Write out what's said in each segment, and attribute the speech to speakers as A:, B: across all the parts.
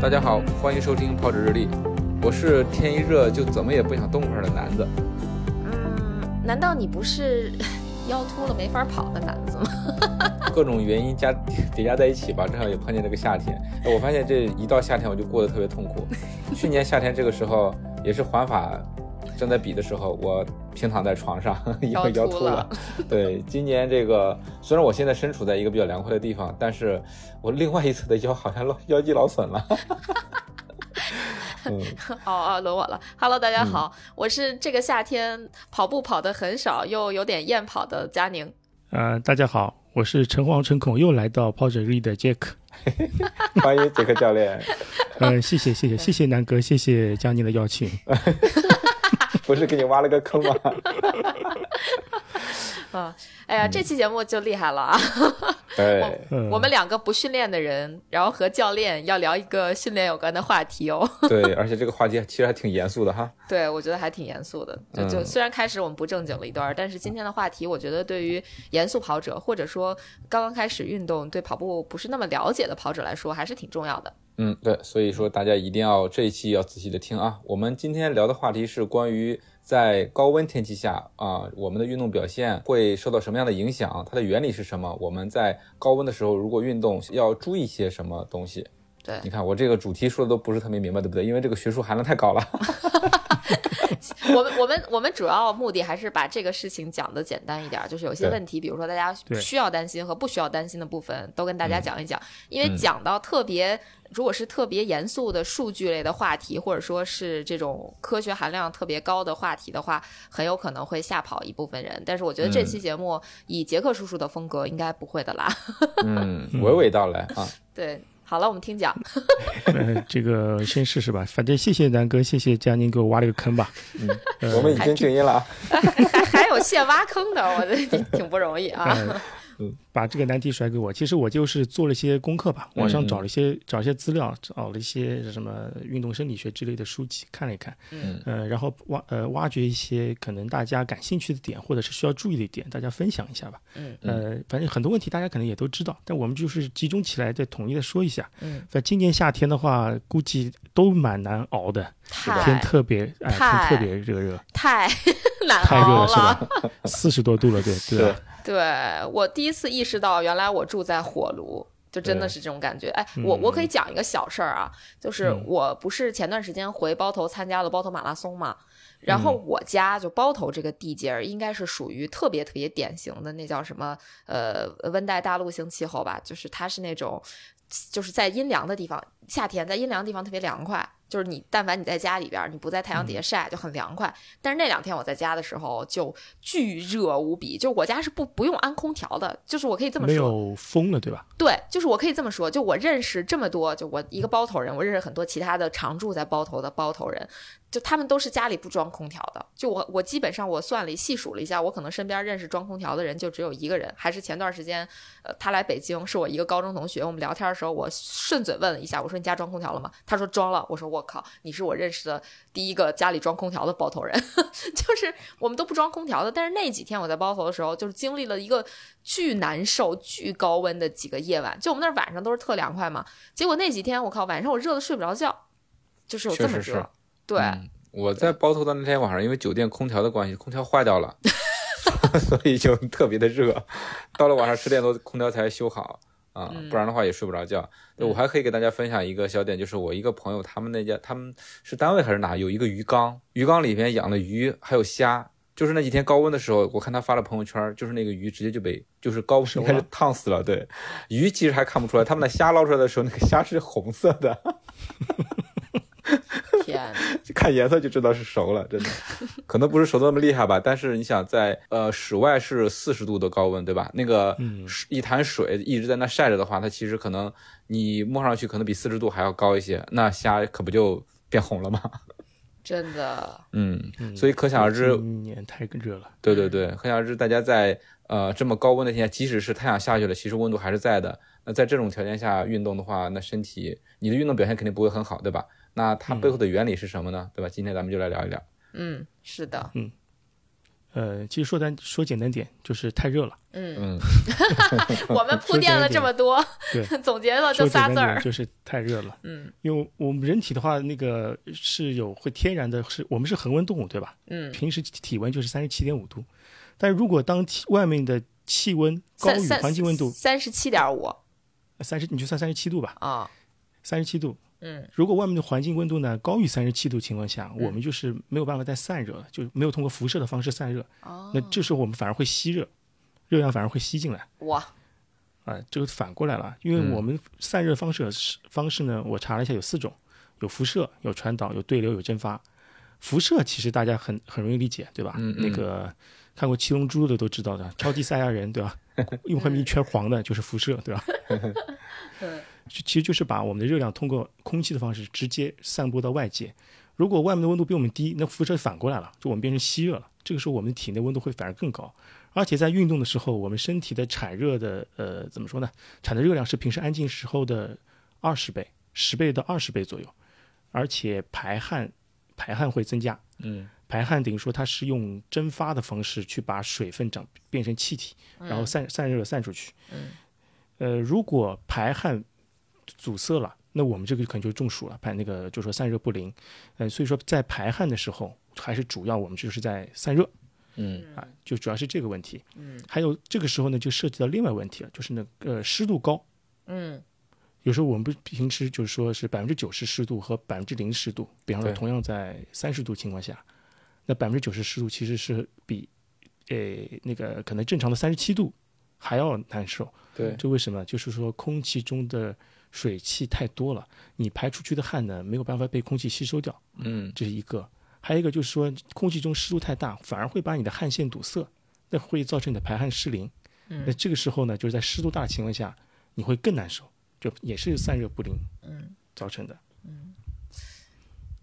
A: 大家好，欢迎收听《泡纸日历》，我是天一热就怎么也不想动会儿的男子。
B: 嗯，难道你不是 腰秃了没法跑的男子吗？
A: 各种原因加 叠加在一起吧，正好也碰见这个夏天。哎我发现这一到夏天我就过得特别痛 苦。去年夏天这个时候也是环法正在比的时候，我平躺在床上， 因为腰
B: 腰
A: 秃
B: 秃
A: 了
B: 了。
A: 对，今年这个虽然我现在身处在一个比较凉快的地方，但是我另外一侧的腰好像老腰肌劳损了。嗯，
B: 哦 哦，轮我了。Hello，大家好，我是这个夏天跑步跑的很少，又有点厌跑的佳宁。
C: 呃，大家好，我是诚惶诚恐又来到抛者日 的 Jack。
A: 欢迎杰克教练。
C: 呃，谢谢谢谢谢谢南哥，谢谢佳宁的邀请。
A: 不是给你挖了个坑吗？
B: 啊，哎呀，这期节目就厉害了啊！
A: 哎，
C: 嗯，
B: 我们两个不训练的人，然后和教练要聊一个训练有关的话题哦。
A: 对，而且这个话题其实还挺严肃的哈。
B: 对，我觉得还挺严肃的。就就
A: 嗯
B: 虽然开始我们不正经了一段儿，但是今天的话题，我觉得对于严肃跑者或者说刚刚开始运动对跑步不是那么了解的跑者来说，还是挺重要的。
A: 嗯，对，所以说大家一定要这一期要仔细的听啊。我们今天聊的话题是关于在高温天气下啊、我们的运动表现会受到什么样的影响，它的原理是什么？我们在高温的时候如果运动要注意些什么东西？
B: 对
A: 你看我这个主题说的都不是特别明白，对不对？因为这个学术含量太高了。
B: 我们我们我们主要目的还是把这个事情讲的简单一点儿，就是有些
A: 对
B: 问题，比如说大家
C: 对
B: 需要担心和不需要担心的部分，都跟大家讲一讲。因为
A: 嗯
B: 讲到特别，如果是特别严肃的数据类的话题，或者说是这种科学含量特别高的话题的话，很有可能会吓跑一部分人。但是我觉得
C: 嗯
B: 这期节目以杰克叔叔的风格，应该不会的啦。
A: 嗯，娓娓道来啊。
B: 对，好了，我们听 讲。
C: 呃， 这个先试试吧。反正谢谢南哥，谢谢佳宁给我挖了个坑吧。
A: 嗯
C: 呃，
A: 我们已经静音了啊。
B: 还还有卸挖坑的，我这挺不容易啊。
C: 呃把这个难题甩给我。其实我就是做了一些功课吧，网
B: 嗯
C: 上找了一些找一些资料，找了一些什么运动生理学之类的书籍看了一看，
B: 嗯，
C: 呃，然后挖呃挖掘一些可能大家感兴趣的点，或者是需要注意的点，大家分享一下吧。
B: 嗯，
C: 呃，反正很多问题大家可能也都知道，但我们就是集中起来再统一的说一下。
B: 嗯，
C: 在今年夏天的话，估计都蛮难熬的，天
B: 太
C: 特别哎、
B: 太
C: 天特别热热，
B: 太 难
C: 太热
B: 熬
C: 了是吧？四十多度了，对对吧？
B: 对我第一次意识到，原来我住在火炉，就真的是这种感觉。哎，我我可以讲一个小事儿啊，就是我不是前段时间回包头参加了包头马拉松嘛，然后我家就包头这个地界儿，应该是属于特别特别典型的那叫什么呃温带大陆性气候吧，就是它是那种就是在阴凉的地方，夏天在阴凉的地方特别凉快。就是你，但凡你在家里边儿，你不在太阳
C: 嗯
B: 底下晒，就很凉快。但是那两天我在家的时候就巨热无比，就是我家是不不用安空调的，就是我可以这么
C: 没
B: 说，
C: 有风了，对吧？
B: 对，就是我可以这么说，就我认识这么多，就我一个包头人，我认识很多其他的常住在包头的包头人，就他们都是家里不装空调的。就我我基本上我算了一细数了一下，我可能身边认识装空调的人就只有一个人，还是前段时间，呃，他来北京是我一个高中同学，我们聊天的时候，我顺嘴问了一下，我说你家装空调了吗？他说装了。我说我靠，你是我认识的第一个家里装空调的包头人， 就是我们都不装空调的。但是那几天我在包头的时候，就是经历了一个巨难受、巨高温的几个夜晚，就我们那儿晚上都是特凉快嘛。结果那几天我靠，晚上我热的睡不着觉，就是有这么
A: 确实是
B: 热。对，
A: 嗯我在包头的那天晚上，因为酒店空调的关系，空调坏掉 了，所以就特别的热。到了晚上十点多，空调才修好啊、
B: 嗯
A: 不然的话也睡不着觉。对我还可以给大家分享一个小点，就是我一个朋友，他们那家他们是单位还是哪，有一个鱼缸，鱼缸里边养的鱼还有虾。就是那几天高温的时候，我看他发了朋友圈，就是那个鱼直接就被就是高温应该是烫死了。对，鱼其实还看不出来，他们那虾捞出来的时候，那个虾是红色的，
B: 天哪，
A: 看颜色就知道是熟了，真的。可能不是熟的那么厉害吧，但是你想在呃室外是四十度的高温，对吧？那个水一潭水一直在那晒着的话，它其实可能你摸上去可能比四十度还要高一些，那虾可不就变红了吗？
B: 真的，
A: 嗯，所以可想而知，
C: 今年太热了，
A: 对对对，可想而知，大家在呃这么高温的天下，即使是太阳下去了，其实温度还是在的。那在这种条件下运动的话，那身体你的运动表现肯定不会很好，对吧？那它背后的原理是什么呢？对吧？今天咱们就来聊一聊。
B: 嗯，是的，
C: 呃，其实说单说简单点，就是太热了。
B: 嗯，
A: 嗯，
B: 我们铺垫了这么多
C: 说简单，
B: 总结了这
C: 说
B: 哦仨字
C: 简单点
B: 儿，
C: 就是太热了，
B: 嗯
C: 因为我们人体的话，那个是有会天然的是，我们是恒温动物，对吧？
B: 嗯，
C: 平时体温就是三十七点五度，但如果当体外面的气温高
B: 三
C: 于
B: 三
C: 环境温度
B: 三十七点五
C: 三十，你就算三十七度吧，
B: 啊，
C: 三十七度。
B: 嗯，
C: 如果外面的环境温度呢高于三十七度情况下，我们就是没有办法再散热了，就没有通过辐射的方式散热。
B: 哦
C: 那这时候我们反而会吸热，热量反而会吸进来。
B: 哇，
C: 啊、这个反过来了，因为我
A: 嗯
C: 们散热方式是、方式呢，我查了一下有四种，有辐射、有传导、有对流、有蒸发。辐射其实大家很很容易理解，对吧？
A: 嗯嗯
C: 那个看过《七龙珠》的都知道的，超级赛亚人，对吧？用外面一圈黄的就是辐射，对吧？
B: 嗯
C: 就其实就是把我们的热量通过空气的方式直接散播到外界。如果外面的温度比我们低，那辐射反过来了，就我们变成吸热了。这个时候我们体内温度会反而更高，而且在运动的时候，我们身体的产热的呃怎么说呢？产的热量是平时安静时候的二十倍、十倍到二十倍左右，而且排汗排汗会增加。
A: 嗯，
C: 排汗等于说它是用蒸发的方式去把水分长变成气体，然后散散热散出去。
B: 嗯
C: 呃，如果排汗阻塞了，那我们这个可能就中暑了，排那个就说散热不灵。呃，所以说在排汗的时候，还是主要我们就是在散热。
A: 嗯
C: 啊，就主要是这个问题。
B: 嗯，
C: 还有这个时候呢，就涉及到另外问题了，就是那个、呃、湿度高。
B: 嗯
C: 有时候我们不平时就是说是百分之九十湿度和百分之零湿度，比方说
A: 对
C: 同样在三十度情况下，那百分之九十湿度其实是比呃那个可能正常的三十七度还要难受。
A: 对，
C: 这为什么？就是说空气中的水汽太多了，你排出去的汗呢没有办法被空气吸收掉，
A: 嗯
C: 这是一个。还有一个就是说，空气中湿度太大，反而会把你的汗腺堵塞，那会造成你的排汗失灵。
B: 嗯
C: 那这个时候呢，就是在湿度大的情况下，你会更难受，就也是散热不灵
B: 嗯，
C: 造成的。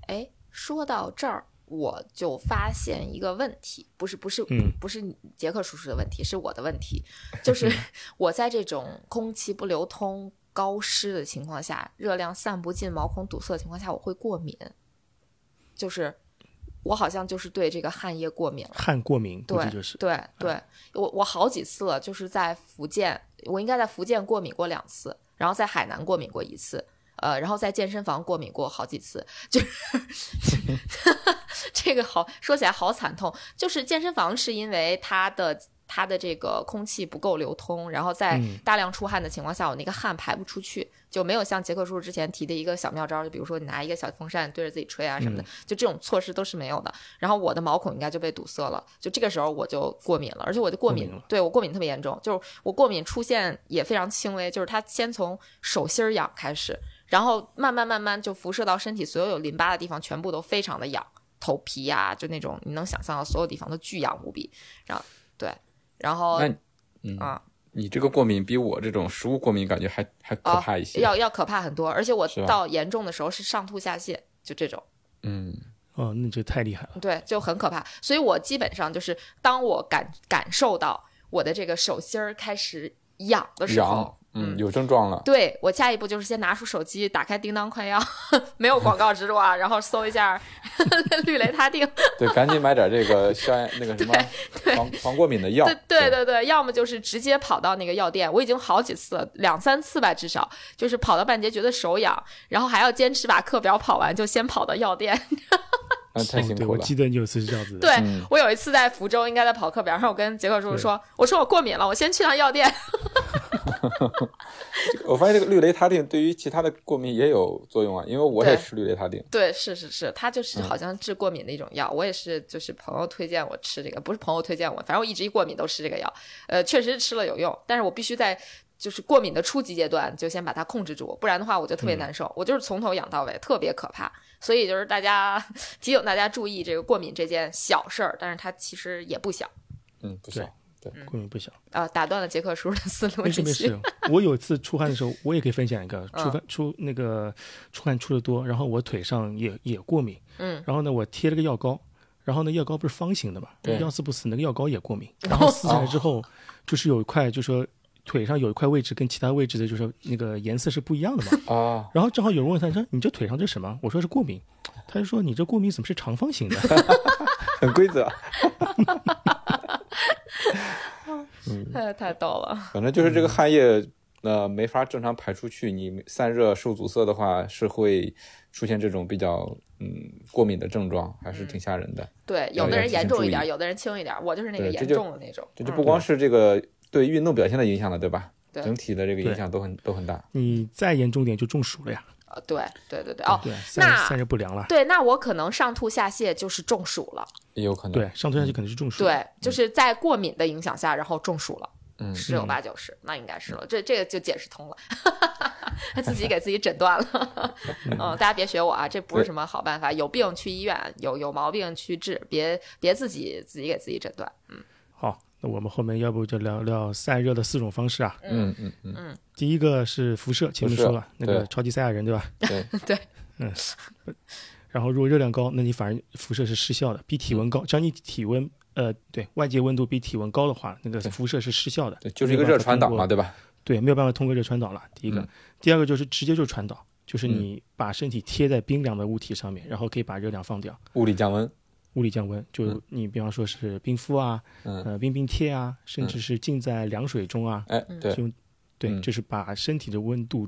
B: 哎，说到这儿。我就发现一个问题，不是不是
C: 嗯
B: 不是杰克叔叔的问题，是我的问题，就是 我在这种空气不流通、高湿的情况下，热量散不进毛孔堵塞的情况下，我会过敏，就是我好像就是对这个汗液过敏了。
C: 汗过敏估计
B: 对，
C: 就是嗯
B: 对对，我我好几次了，就是在福建，我应该在福建过敏过两次，然后在海南过敏过一次，呃，然后在健身房过敏过好几次，就是 这个好说起来好惨痛，就是健身房是因为它的。它的这个空气不够流通，然后在
C: 嗯
B: 大量出汗的情况下，我那个汗排不出去，就没有像杰克叔叔之前提的一个小妙招，就比如说你拿一个小风扇对着自己吹啊
C: 嗯
B: 什么的，就这种措施都是没有的。然后我的毛孔应该就被堵塞了，就这个时候我就过敏了，而且我就过敏，
C: 过敏了
B: 对我过敏特别严重，就是我过敏出现也非常轻微，就是它先从手心儿痒开始，然后慢慢慢慢就辐射到身体所有有淋巴的地方，全部都非常的痒，头皮呀、就那种你能想象到所有地方都巨痒无比，然后对，然后
A: 那你嗯
B: 啊，
A: 你这个过敏比我这种食物过敏感觉还还可
B: 啊
A: 怕一些。
B: 要要可怕很多，而且我
A: 是吧
B: 到严重的时候是上吐下泻，就这种。
A: 嗯
C: 哦，那这太厉害了。
B: 对，就很可怕。所以我基本上就是，当我感感受到我的这个手心儿开始痒的时
A: 痒
B: 候，，
A: 嗯，
B: 嗯
A: 有症状了。
B: 对我下一步就是先拿出手机，打开叮当快药， 没有广告植入啊，然后搜一下 氯雷他定，
A: 对，赶紧买点这 个消炎那个什么防防过敏的药。
B: 对对对对，要么就是直接跑到那个药店，我已经好几次了，两三次吧，至少就是跑到半截觉得手痒，然后还要坚持把课表跑完，就先跑到药店，
A: 那太辛
C: 哦对，
A: 苦
C: 我
A: 了。
C: 记得你有一次是这样子的。
B: 对、我有一次在福州，应该在跑课表，然后我跟杰克叔叔说，我说我过敏了，我先去趟药店。
A: 我发现这个氯雷他定对于其他的过敏也有作用啊，因为我也
B: 对
A: 吃氯雷他定。
B: 对，是是是，它就是
A: 嗯
B: 好像治过敏的一种药。我也是，就是朋友推荐我吃这个，不是朋友推荐我，反正我一直一过敏都吃这个药。呃，确实吃了有用，但是我必须在就是过敏的初级阶段，就先把它控制住，不然的话我就特别
A: 嗯
B: 难受，我就是从头痒到尾，特别可怕。所以就是大家 提醒大家注意这个过敏这件小事儿，但是它其实也不小。
A: 嗯，不
C: 对
A: 小。
C: 过敏不小。
B: 啊，打断了杰克叔叔的思 路，
C: 没事
B: 继
C: 没
B: 续。
C: 事，我有一次出汗的时候，我也可以分享一个，
B: 嗯
C: 出汗出那个出汗出的多，然后我腿上也也过敏，
B: 嗯，
C: 然后呢我贴了个药膏，然后呢药膏不是方形的嘛，
A: 对
C: 要撕不撕那个药膏也过敏，然后撕下来之后，就是有一块就说腿上有一块位置跟其他位置的就是那个颜色是不一样的嘛，
A: 哦，
C: 然后正好有人问他说你这腿上这是什么？我说是过敏，他就说你这过敏怎么是长方形的？
A: 很规则，
B: 哎 太逗了。
A: 反正就是
C: 嗯
A: 这个汗液，呃，没法正常排出去，你散热受阻塞的话，是会出现这种比较嗯过敏的症状，还
B: 嗯
A: 是挺吓人的。
B: 对，有的人严重一点，有的人轻一点，我就是那个
A: 对这
B: 严
A: 就
B: 重的那种。
A: 这就
B: 嗯
A: 不光是这个对运动表现的影响了，对吧？
B: 对
A: 整体的这个影响都很都很大。
C: 你再严重点就中暑了呀，
B: 呃对对对对哦，
C: 对，散热
B: 那
C: 散热不良了。
B: 对，那我可能上吐下泻就是中暑了。
A: 也有可能。
C: 对，上吐下泻可能是中暑。
B: 对，就是在过敏的影响下，然后中暑了，
A: 嗯
B: 十有八九是，那应该是了，这这个就解释通了， 他自己给自己诊断了， 嗯，大家别学我啊，这不是
A: 对
B: 什么好办法，有病去医院，有有毛病去治，别别自己自己给自己诊断，
C: 好，那我们后面要不就聊聊散热的四种方式啊。
A: 嗯嗯嗯，
C: 第一个是辐射，前面说了那个
A: 对
C: 超级赛亚人对吧？
A: 对，
C: 然后如果热量高，那你反而辐射是失效的，比体
A: 嗯
C: 温高。只要你体温呃对外界温度比体温高的话，那个
A: 对
C: 辐射是失效的
A: 对，，就是一个热传导嘛，对吧？
C: 对，没有办法通过热传导了。第一个，
A: 嗯
C: 第二个就是直接就传导，就是你把身体贴在冰凉的物体上面，然后可以把热量放掉。
A: 物理降温，
C: 物理降温，就你比方说是冰敷啊，
A: 嗯
C: 呃，冰冰贴啊，甚至是浸在凉水中啊，
A: 哎，对，
C: 就对，
A: 嗯
C: 就是把身体的温度、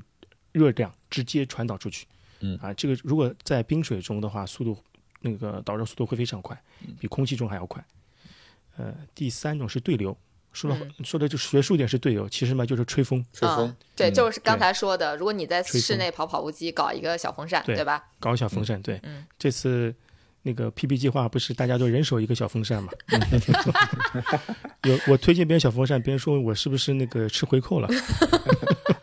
C: 热量直接传导出去。
A: 嗯
C: 啊，这个如果在冰水中的话，速度那个导热速度会非常快，
A: 嗯
C: 比空气中还要快。呃，第三种是对流，说了、说的就学术一点是对流，其实嘛就是吹风，
A: 吹风
B: 嗯，对，
A: 嗯
B: 就是刚才说的，如果你在
C: 吹风
B: 室内跑跑步机搞一个小风扇，
C: 对
B: 对吧？
C: 搞小风扇。对，
B: 嗯
C: 这次那个 PB 计划不是大家都人手一个小 风扇嘛？有我推荐别人小风扇，别人说我是不是那个吃回扣了？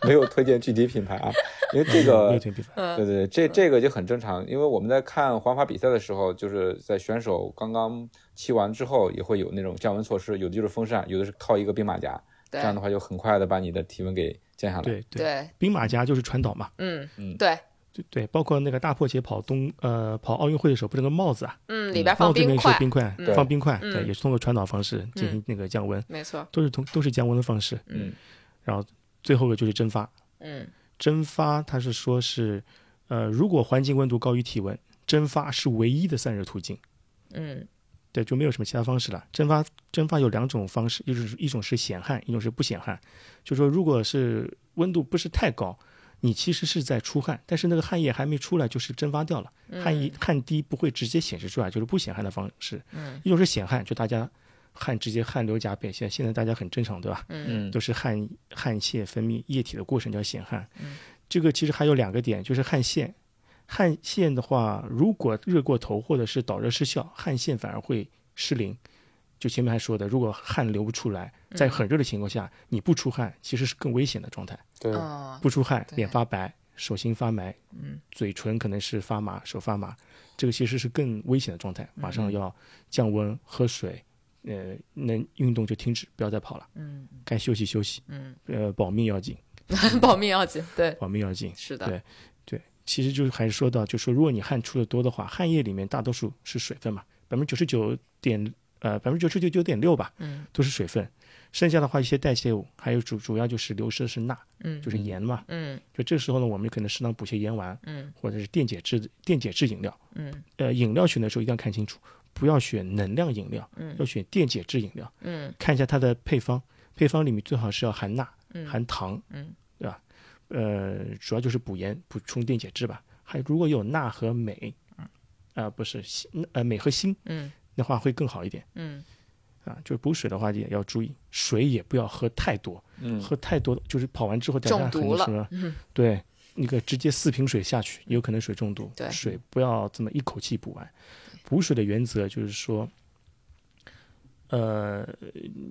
A: 没有推荐具体品牌啊，因为这
C: 没
A: 个
C: 有，听比
B: 嗯
C: 方，
A: 对对对，这这个就很正常，因为我们在看环法比赛的时候，就是在选手刚刚骑完之后，也会有那种降温措施，有的就是风扇，有的是靠一个兵马夹，这
B: 对
A: 样的话就很快的把你的体温给降下来。
C: 对对，
B: 对，
C: 兵马夹就是传导嘛。
B: 嗯
A: 嗯
B: 对，
C: 对对，包括那个大破节跑冬呃跑奥运会的时候，不是那个帽子啊，
B: 嗯，里边
C: 帽
B: 放
C: 子里
B: 冰
C: 面是有
B: 块，
C: 冰块，
A: 嗯
C: 放冰块，
B: 嗯
C: 对，也是通过传导方式进行那个降温，
B: 没错，
C: 都是通都是降温的方式。
A: 嗯，
C: 然后最后一个就是蒸发，
B: 嗯
C: 蒸发它是说是，呃，如果环境温度高于体温，蒸发是唯一的散热途径。
B: 嗯
C: 对，就没有什么其他方式了。蒸发蒸发有两种方式，一种是一种是显汗，一种是不显汗。就说如果是温度不是太高，你其实是在出汗，但是那个汗液还没出来，就是蒸发掉了。汗液汗滴不会直接显示出来，就是不显汗的方式。嗯，一种是显汗，就大家汗直接汗流浃背，现在现在大家很正常，对吧？
A: 嗯
C: 都是汗汗腺分泌液体的过程叫显汗。这个其实还有两个点，就是汗腺。汗腺的话，如果热过头或者是导热失效，汗腺反而会失灵。就前面还说的，如果汗流不出来，在很热的情况下，你不出汗其实是更危险的状态。
A: 对
B: 嗯，
C: 不出汗，
B: 对
C: 脸发白，手心发麻，嗯，嘴唇可能是发麻，手发麻，这个其实是更危险的状态，马上要降温、喝水，呃，能运动就停止，不要再跑了，
B: 嗯，
C: 该休息休息，
B: 嗯，
C: 呃，保命要紧，
B: 保命要紧，对，
C: 保命要紧。
B: 是的，
C: 对对，其实就是还是说到，就说如果你汗出的多的话，汗液里面大多数是水分嘛，百分之九十九点呃百分之九十九九点六吧，
B: 嗯，
C: 都是水分，剩下的话一些代谢物，还有主主要就是流失的是钠，
B: 嗯
C: 就是盐嘛，
B: 嗯
C: 就这时候呢，我们可能适当补些盐丸，
B: 嗯，
C: 或者是电解质电解质饮料，
B: 嗯，
C: 呃，饮料选的时候一定要看清楚，不要选能量饮料，
B: 嗯，
C: 要选电解质饮料，
B: 嗯，
C: 看一下它的配方，配方里面最好是要含钠，
B: 嗯
C: 含糖，
B: 嗯，
C: 对吧？呃，主要就是补盐补充电解质吧，还如果有钠和镁，啊、不是锌呃镁和锌
B: 嗯
C: 的话会更好一点
B: 嗯
C: 啊，就是补水的话也要注意，水也不要喝太多，
A: 嗯
C: 喝太多就是跑完之后大家
B: 中
C: 很
B: 毒
C: 多
B: 了嗯
C: 什么，对，那个直接四瓶水下去，有可能水中毒。
B: 对
C: 水不要这么一口气补完。补水的原则就是说，呃，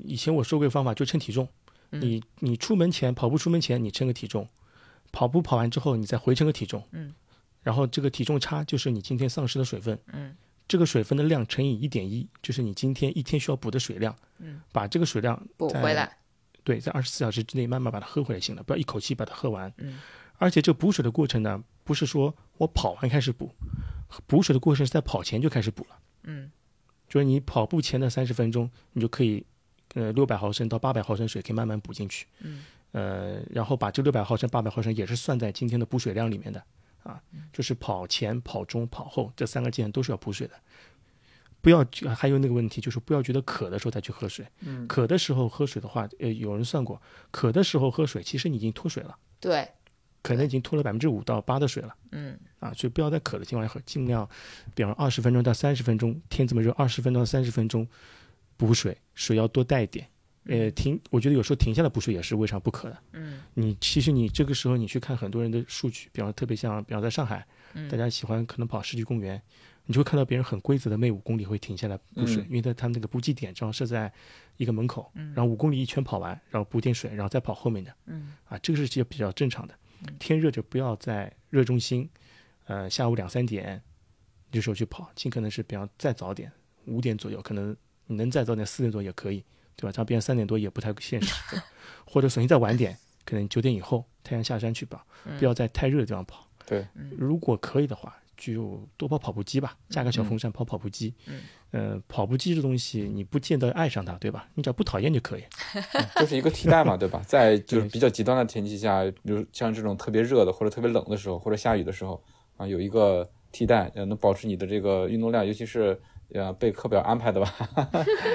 C: 以前我说过一个方法，就称体重，
B: 嗯
C: 你你出门前跑步出门前你称个体重，跑步跑完之后你再回称个体重，
B: 嗯，
C: 然后这个体重差就是你今天丧失的水分，
B: 嗯，
C: 这个水分的量乘以一点一，就是你今天一天需要补的水量，
B: 嗯，
C: 把这个水量
B: 补
C: 在
B: 回来。
C: 对，在二十四小时之内慢慢把它喝回来就行了，不要一口气把它喝完。
B: 嗯，
C: 而且这补水的过程呢，不是说我跑完开始补，补水的过程是在跑前就开始补了。
B: 嗯，
C: 就是你跑步前的三十分钟，你就可以，呃，六百毫升到八百毫升水可以慢慢补进去。
B: 嗯，
C: 呃，然后把这六百毫升、八百毫升也是算在今天的补水量里面的啊，
B: 嗯
C: 就是跑前、跑中、跑后这三个阶段都是要补水的。不要觉，还有那个问题就是不要觉得渴的时候再去喝水。
A: 嗯
C: 渴的时候喝水的话，呃，有人算过，渴的时候喝水，其实你已经脱水了，
B: 对，
C: 可能已经脱了百分之五到八的水了
B: 嗯
C: 啊，所以不要在渴的情况下喝，尽量，比方二十分钟到三十分钟，天这么热，二十分钟到三十分钟补水，水要多带一点。呃，停，我觉得有时候停下来补水也是未尝不可的。
B: 嗯，
C: 你其实你这个时候你去看很多人的数据，比方特别像，比方在上海，
B: 嗯
C: 大家喜欢可能跑市区公园，你就会看到别人很规则的每五公里会停下来补水，
A: 嗯
C: 因为在他们那个补给点正好设在一个门口，然后五公里一圈跑完，然后补点水，然后再跑后面的，
B: 嗯，
C: 啊，这个是比较比较正常的。天热就不要在热中心，呃，下午两三点这时候去跑，尽可能是比方再早点，五点左右，可能你能再早点四点多也可以，对吧？这样别人三点多也不太现实，对吧或者索性再晚点，可能九点以后太阳下山去跑，
B: 嗯
C: 不要在太热的地方跑。
A: 对，
C: 如果可以的话，就多跑跑步机吧，架个小风扇跑跑步机。
B: 嗯，
C: 呃，跑步机这东西你不见得爱上它，对吧？你只要不讨厌就可以。
A: 就是一个替代嘛，对吧？在就是比较极端的天气下，比如像这种特别热的或者特别冷的时候，或者下雨的时候啊，有一个替代，呃能保持你的这个运动量，尤其是呃被课表安排的吧，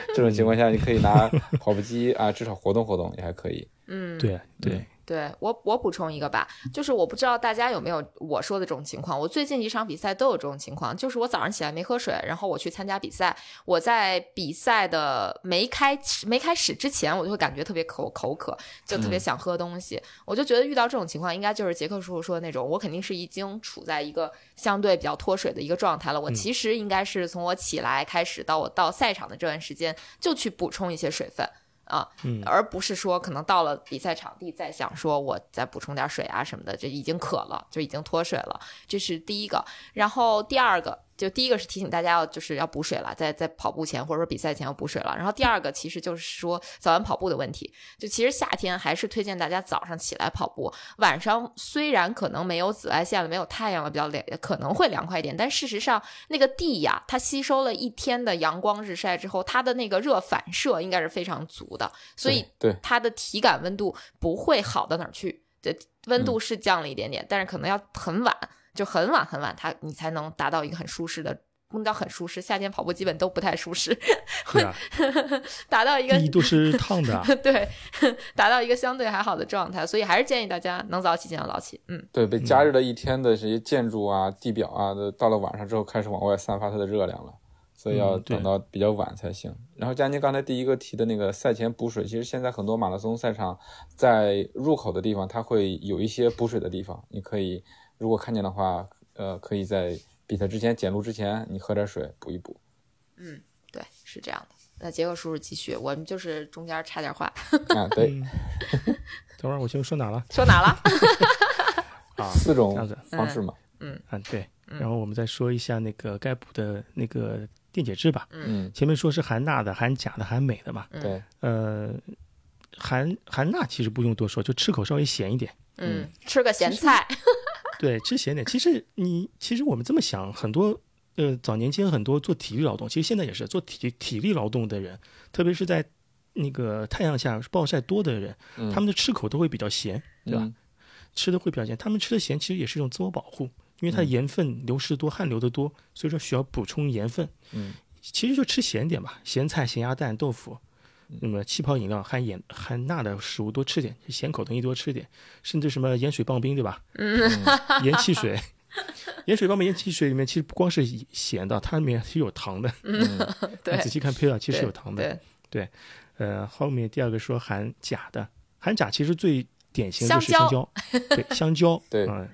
A: 这种情况下，你可以拿跑步机啊，至少活动活动也还可以。
B: 嗯，
C: 对对，
B: 对我，我补充一个吧，就是我不知道大家有没有我说的这种情况。我最近几场比赛都有这种情况，就是我早上起来没喝水，然后我去参加比赛，我在比赛的没开没开始之前，我就会感觉特别口口渴，就特别想喝东西。我就觉得遇到这种情况，应该就是杰克叔叔说的那种，我肯定是已经处在一个相对比较脱水的一个状态了。我其实应该是从我起来开始到我到赛场的这段时间，就去补充一些水分。啊，而不是说可能到了比赛场地再想说我再补充点水啊什么的，这已经渴了，就已经脱水了，这是第一个。然后第二个，就第一个是提醒大家要就是要补水了，在在跑步前或者说比赛前要补水了。然后第二个其实就是说早晚跑步的问题，就其实夏天还是推荐大家早上起来跑步，晚上虽然可能没有紫外线了，没有太阳了，比较凉，可能会凉快一点，但事实上那个地呀，它吸收了一天的阳光日晒之后，它的那个热反射应该是非常足的，所以
A: 对对
B: 它的体感温度不会好到哪儿去，这温
C: 嗯
B: 度是降了一点点，但是可能要很晚，就很晚很晚，它你才能达到一个很舒适的。不能叫很舒适，夏天跑步基本都不太舒适，
C: 对啊，
B: 达到一个
C: 第一都是烫的啊。
B: 对， 达到一个相对还好的状态，所以还是建议大家能早起尽量早起。嗯，
A: 对，被加热了一天的这些建筑啊、地表啊，都到了晚上之后开始往外散发它的热量了，所以要
C: 嗯对
A: 等到比较晚才行。然后佳妮刚才第一个提的那个赛前补水，其实现在很多马拉松赛场在入口的地方，它会有一些补水的地方，你可以如果看见的话，呃，可以在比赛之前、检录之前，你喝点水补一补。
B: 对，是这样的。那杰克叔叔继续，我们就是中间插点话，
A: 啊，对，
C: 嗯 等会儿我先说哪了
B: 说哪 了？
C: 啊？
A: 四种
C: 这样子
A: 方式嘛，
C: 啊，对，然后我们再说一下那个该补的那个电解质吧。
A: 嗯，
C: 前面说是含钠的、含钾的、含镁的嘛。
A: 对，
C: 呃，含含钠其实不用多说，就吃口稍微咸一点。
B: 嗯，吃个咸菜。
C: 对，吃咸点。其实你其实我们这么想，很多呃早年间很多做体力劳动，其实现在也是做体体力劳动的人，特别是在那个太阳下暴晒多的人，
A: 嗯
C: 他们的吃口都会比较咸，对吧？
A: 嗯
C: 吃的会比较咸，他们吃的咸其实也是一种自我保护，因为它盐分流失多，汗流的多，所以说需要补充盐分。
A: 嗯，
C: 其实就吃咸点吧，咸菜、咸鸭蛋、豆腐，那么气泡饮料含盐含钠的食物多吃点，咸口东西多吃点，甚至什么盐水棒冰，对吧？嗯，盐汽水。盐水棒冰、盐汽水里面其实不光是咸的，它里面是有糖的。
B: 嗯 对
C: 你，仔细看配料，其实是有糖的。
B: 对，
C: 呃，后面第二个说含钾的，含钾其实最典型
B: 香
C: 的就是香蕉， 对，香蕉，
A: 对
C: 嗯，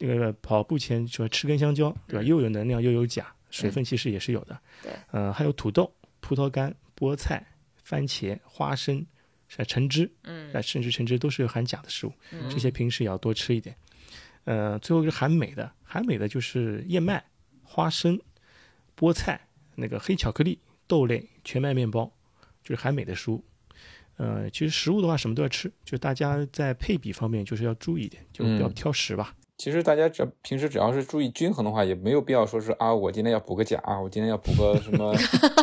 C: 那个跑步前说吃根香蕉，对吧？又有能量又有钾，水分其实也是有的。
B: 嗯对，
C: 呃，还有土豆、葡萄干、菠菜、番茄、花生、是吧橙汁，
B: 嗯
C: 啊，甚至橙汁都是含钾的食物，
B: 嗯
C: 这些平时也要多吃一点。呃，最后就是含镁的，含镁的就是燕麦、花生、菠菜、那个黑巧克力、豆类、全麦面包，就是含镁的食物。呃，其实食物的话，什么都要吃，就大家在配比方面就是要注意一点，就不要
A: 嗯
C: 挑食吧。
A: 其实大家只平时只要是注意均衡的话，也没有必要说是啊，我今天要补个钾，啊我今天要补个什 么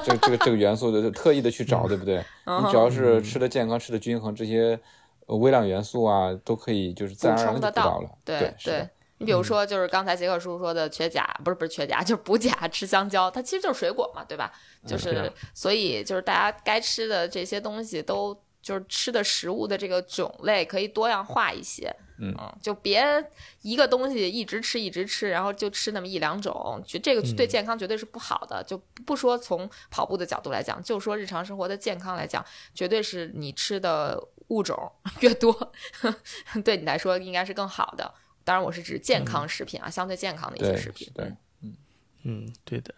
A: 这个这个这个元素的，特意的去
B: 嗯
A: 找，对不对？你只要是
C: 嗯
A: 吃的健康、吃的均衡，这些呃微量元素啊，都可以就是自然而然
B: 补充
A: 的
B: 得
A: 补到
B: 到
A: 了。
B: 对
A: 是的，
B: 你比如说，就是刚才杰克叔叔说的缺钾， 不是不是缺钾，就是补钾，吃香蕉，它其实就是水果嘛，对吧？就
C: 对
B: 是
C: 啊
B: 所以就是大家该吃的这些东西都就是吃的食物的这个种类可以多样化一些，
A: 嗯
B: 就别一个东西一直吃一直吃，然后就吃那么一两种，就这个对健康绝对是不好的。就不说从跑步的角度来讲，就说日常生活的健康来讲，绝对是你吃的物种越多， 对你来说应该是更好的。当然，我是指健康食品啊，相对健康的一些
A: 嗯对，
B: 食
A: 是
B: 品。
A: 的，
C: 嗯，对的。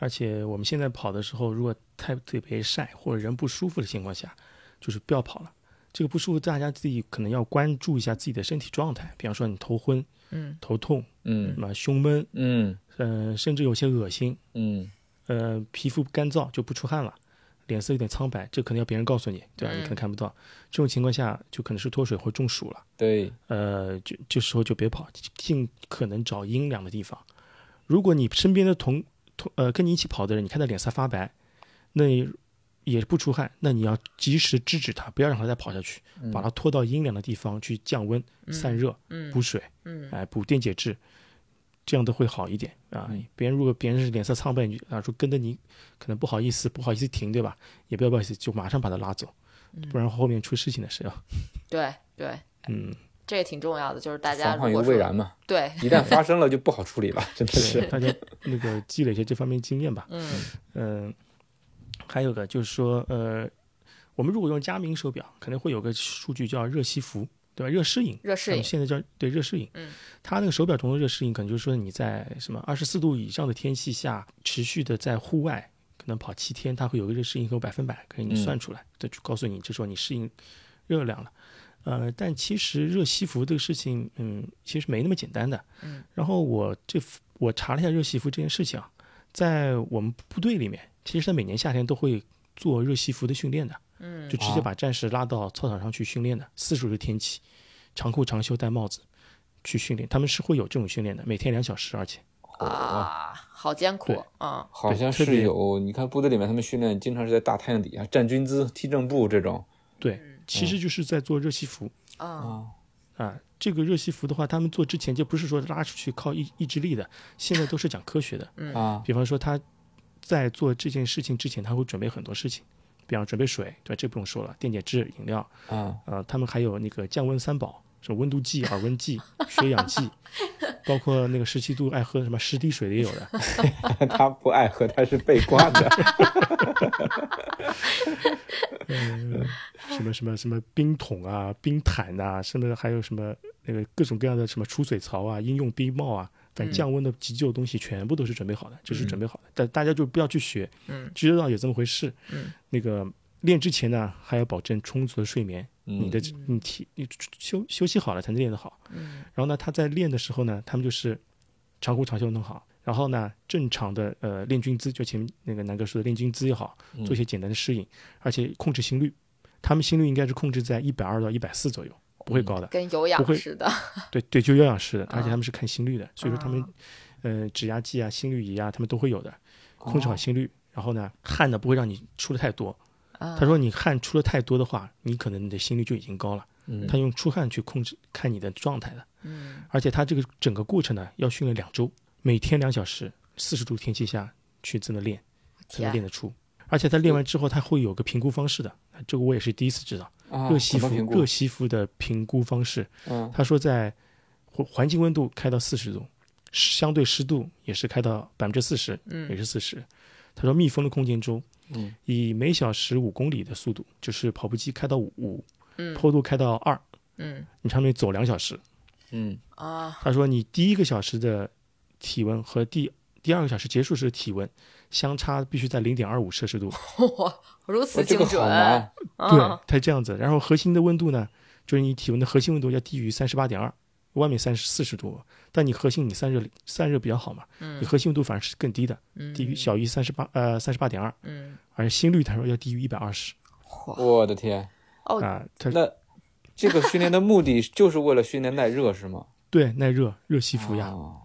C: 而且我们现在跑的时候，如果太特别晒或者人不舒服的情况下，就是不要跑了。这个不舒服，大家自己可能要关注一下自己的身体状态，比方说你头昏、
B: 嗯
C: 头痛、
A: 嗯
C: 啊胸闷，
A: 嗯
C: 呃，甚至有些恶心，
A: 嗯
C: 呃，皮肤干燥就不出汗了，脸色有点苍白，这可能要别人告诉你，对吧？你可能看不到。这种情况下，就可能是脱水或中暑了。
A: 对，
C: 呃，就这时候就别跑，尽可能找阴凉的地方。如果你身边的同同呃跟你一起跑的人，你看他脸色发白，那也不出汗，那你要及时制止他，不要让他再跑下去，把他拖到阴凉的地方去降温、散热、
B: 嗯
C: 补水，
B: 嗯
C: 哎，补电解质，这样的会好一点啊。别人如果别人是脸色苍白，你就啊说跟着你，可能不好意思，不好意思停，对吧？也不要不好意思，就马上把他拉走，
B: 嗯
C: 不然后面出事情的事啊。
B: 对对，
C: 嗯，
B: 这也挺重要的，就是大
A: 防
B: 家如
A: 患于
B: 果
A: 未
B: 说
A: 然嘛，
B: 对，
A: 一旦发生了就不好处理了，真的 是。
C: 大家那个积累一些这方面经验吧。
B: 嗯
C: 嗯，还有个就是说，呃，我们如果用佳明手表，可能会有个数据叫热吸伏，对吧？热适应，
B: 热适
C: 他们
B: 应
C: 现在叫对热适应。
B: 嗯，
C: 它那个手表中的热适应，可能就是说你在什么二十四度以上的天气下，持续的在户外可能跑七天，它会有个热适应和百分百给你
A: 嗯
C: 算出来，这就告诉你这时候你适应热量了。呃，但其实热吸伏这个事情，嗯，其实没那么简单的。
B: 嗯。
C: 然后我这我查了一下热吸伏这件事情啊，在我们部队里面，其实他每年夏天都会做热吸伏的训练的。
B: 嗯
C: 就直接把战士拉到操场上去训练的，四十度的天气，长裤长袖戴帽子去训练，他们是会有这种训练的，每天两小时，而且
B: 啊，好艰苦
C: 对
B: 啊，
A: 好像
C: 特
A: 是
C: 别
A: 有，你看部队里面他们训练经常是在大太阳底下啊站军姿、踢正步这种
C: 对，其实就是在做热西服
B: 嗯
A: 啊，
C: 啊。这个热西服的话，他们做之前就不是说拉出去靠意意志力的，现在都是讲科学的。
A: 啊，
C: 比方说他在做这件事情之前，他会准备很多事情，比方准备水，对吧？这不用说了，电解质、饮料，
A: 啊，
C: 呃，他们还有那个降温三宝，什么温度计、耳温计、血氧计，包括那个十七度爱喝什么十滴水的也有的。
A: 他不爱喝，他是被灌的。
C: 什么什么什么冰桶啊、冰毯啊，甚至还有什么那个各种各样的什么储水槽啊、应用冰帽啊，反
B: 嗯
C: 正降温的急救东西全部都是准备好的，这是准备好的。但大家就不要去学，
B: 嗯，
C: 知道有这么回事。
B: 嗯，
C: 那个练之前呢，还要保证充足的睡眠，你
A: 嗯
C: 的你体你休休息好了才能练得好。
B: 嗯，
C: 然后呢，他在练的时候呢，他们就是长裤长袖弄好，然后呢，正常的呃练军姿，就前面那个南哥说的练军姿也好，做一些简单的适应，而且控制心率，他们心率应该是控制在一百二到一百四左右，不会高的。
B: 跟有
C: 不
B: 氧
C: 会
B: 似的，
C: 对对，就有氧式的，而
B: 啊
C: 且他们是看心率的，所以说他们
B: 啊
C: 呃指压计啊、心率仪啊，他们都会有的，控
B: 哦
C: 制好心率。然后呢，汗呢不会让你出的太多。
B: 他
C: 他说你汗出的太多的话，你可能你的心率就已经高了。
A: 嗯
C: 他用出汗去控制看你的状态的。
B: 嗯
C: 而且它这个整个过程呢，要训练两周，每天两小时，四十度天气下去这么练，才能
B: 天
C: 练得出。而且他练完之后，他会有个评估方式的，这个我也是第一次知道。
A: 啊，
C: 热吸
A: 怎么
C: 服
A: 评，估
C: 热？吸服的评估方式，
A: 嗯
C: 他说在环环境温度开到四十度，相对湿度也是开到百分之四十，也
B: 嗯
C: 是四十。他说密封的空间中，
A: 嗯
C: 以每小时五公里的速度，就是跑步机开到五，
B: 嗯
C: 坡度开到二，
B: 嗯
C: 你上面走两小时，
A: 嗯
B: 啊
C: 他说你第一个小时的体温和第第二个小时结束时的体温相差必须在零点二五摄氏度，
B: 哇，如此
A: 我哎哦这
B: 精
A: 个
B: 准
A: 好，难，
C: 对
B: 嗯，，
C: 它是这样子。然后核心的温度呢，就是你体温的核心温度要低于三十八点二，外面三十四十度，但你核心你散热散热比较好嘛，
B: 嗯
C: 你核心温度反而是更低的，低于小于三十八呃三十八点二，
B: 嗯，
C: 而心率他说要低于一百二十
A: 我的天，
B: 哦
C: 啊，它
A: 那这个训练的目的就是为了训练耐热是 吗？
C: 对耐热热吸服压，
A: 哦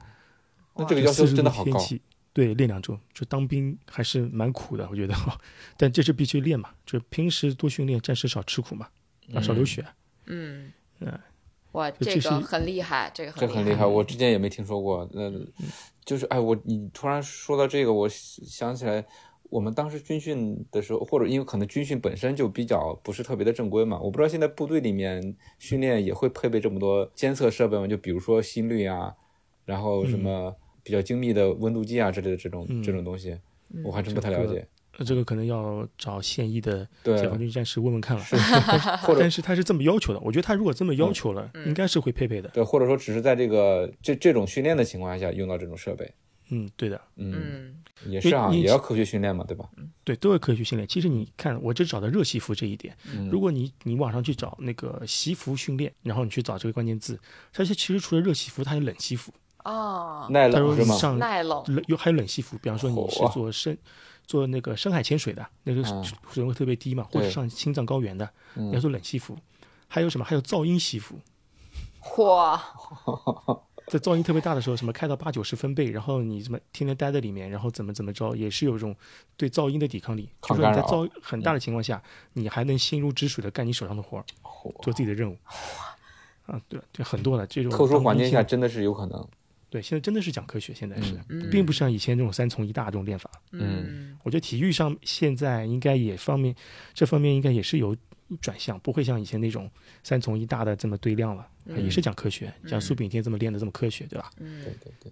B: 哇
A: 那这个要求
C: 40
A: 真的
C: 度
A: 好
C: 天
A: 高，
C: 气对，练两周，就当兵还是蛮苦的，我觉得， 但这是必须练嘛，就平时多训练，暂时少吃苦嘛，啊，少流血。
B: 嗯
C: 嗯，
B: 哇，
C: 就
B: 这
C: 这是
B: 个
C: 一
B: 很厉害，这个
A: 这很厉害，我之前也没听说过。那
C: 嗯
A: 就是哎，我你突然说到这个，我想起来，我们当时军训的时候，或者因为可能军训本身就比较不是特别的正规嘛，我不知道现在部队里面训练也会配备这么多监测设备吗？就比如说心率啊，然后什
C: 嗯
A: 么比较精密的温度计啊之类的这种、这种东西，我还真不太了解。
C: 呃嗯这个可能要找现役的
A: 对
C: 解放军战士问问看了，
A: 或者嗯
C: 但是他是这么要求的，我觉得他如果这么要求了，应该是会配备的。
A: 对，或者说只是在这个这这种训练的情况下用到这种设备，
C: 嗯，对的，
A: 嗯，
B: 嗯
A: 也是啊，
C: 因为
A: 也要科学训练嘛，对吧？
C: 对，都要科学训练。其实你看，我只找的热西服这一点。
A: 嗯
C: 如果你你网上去找那个西服训练，然后你去找这个关键字，它是其实除了热西服，它还有冷西服。
B: 哦，
A: 耐
C: 它
A: 冷
C: 说
A: 是吗？
C: 上
B: 耐冷，
A: 嗯
C: 冷有还有冷西服，比方说你是
A: 火
C: 做深做那个深海潜水的，那个
A: 嗯
C: 水温会特别低嘛，或者
A: 对嗯
C: 上青藏高原的，你要做冷西服。还有什么？还有噪音西服，
B: 哇，
C: 在噪音特别大的时候，什么开到八九十分贝，然后你怎么天天待在里面，然后怎么怎么着，也是有一种对噪音的抵抗力。就
A: 抗
C: 是说你在
A: 干扰嗯
C: 噪很大的情况下，你还能心如止水的干你手上的活儿，做自己的任务。啊，对对，很多的这种
A: 特殊
C: 当
A: 环
C: 兵
A: 境
C: 现
A: 下
C: 在，
A: 真的是有可能。
C: 对，现在真的是讲科学，现在是，
A: 嗯
C: 并不像以前这种三从一大这种练法。
B: 嗯
C: 我觉得体育上现在应该也方面，这方面应该也是有转向，不会像以前那种三从一大的这么对量了，也是讲科学，像苏炳添这么练的这么科学，对吧？
A: 对对对，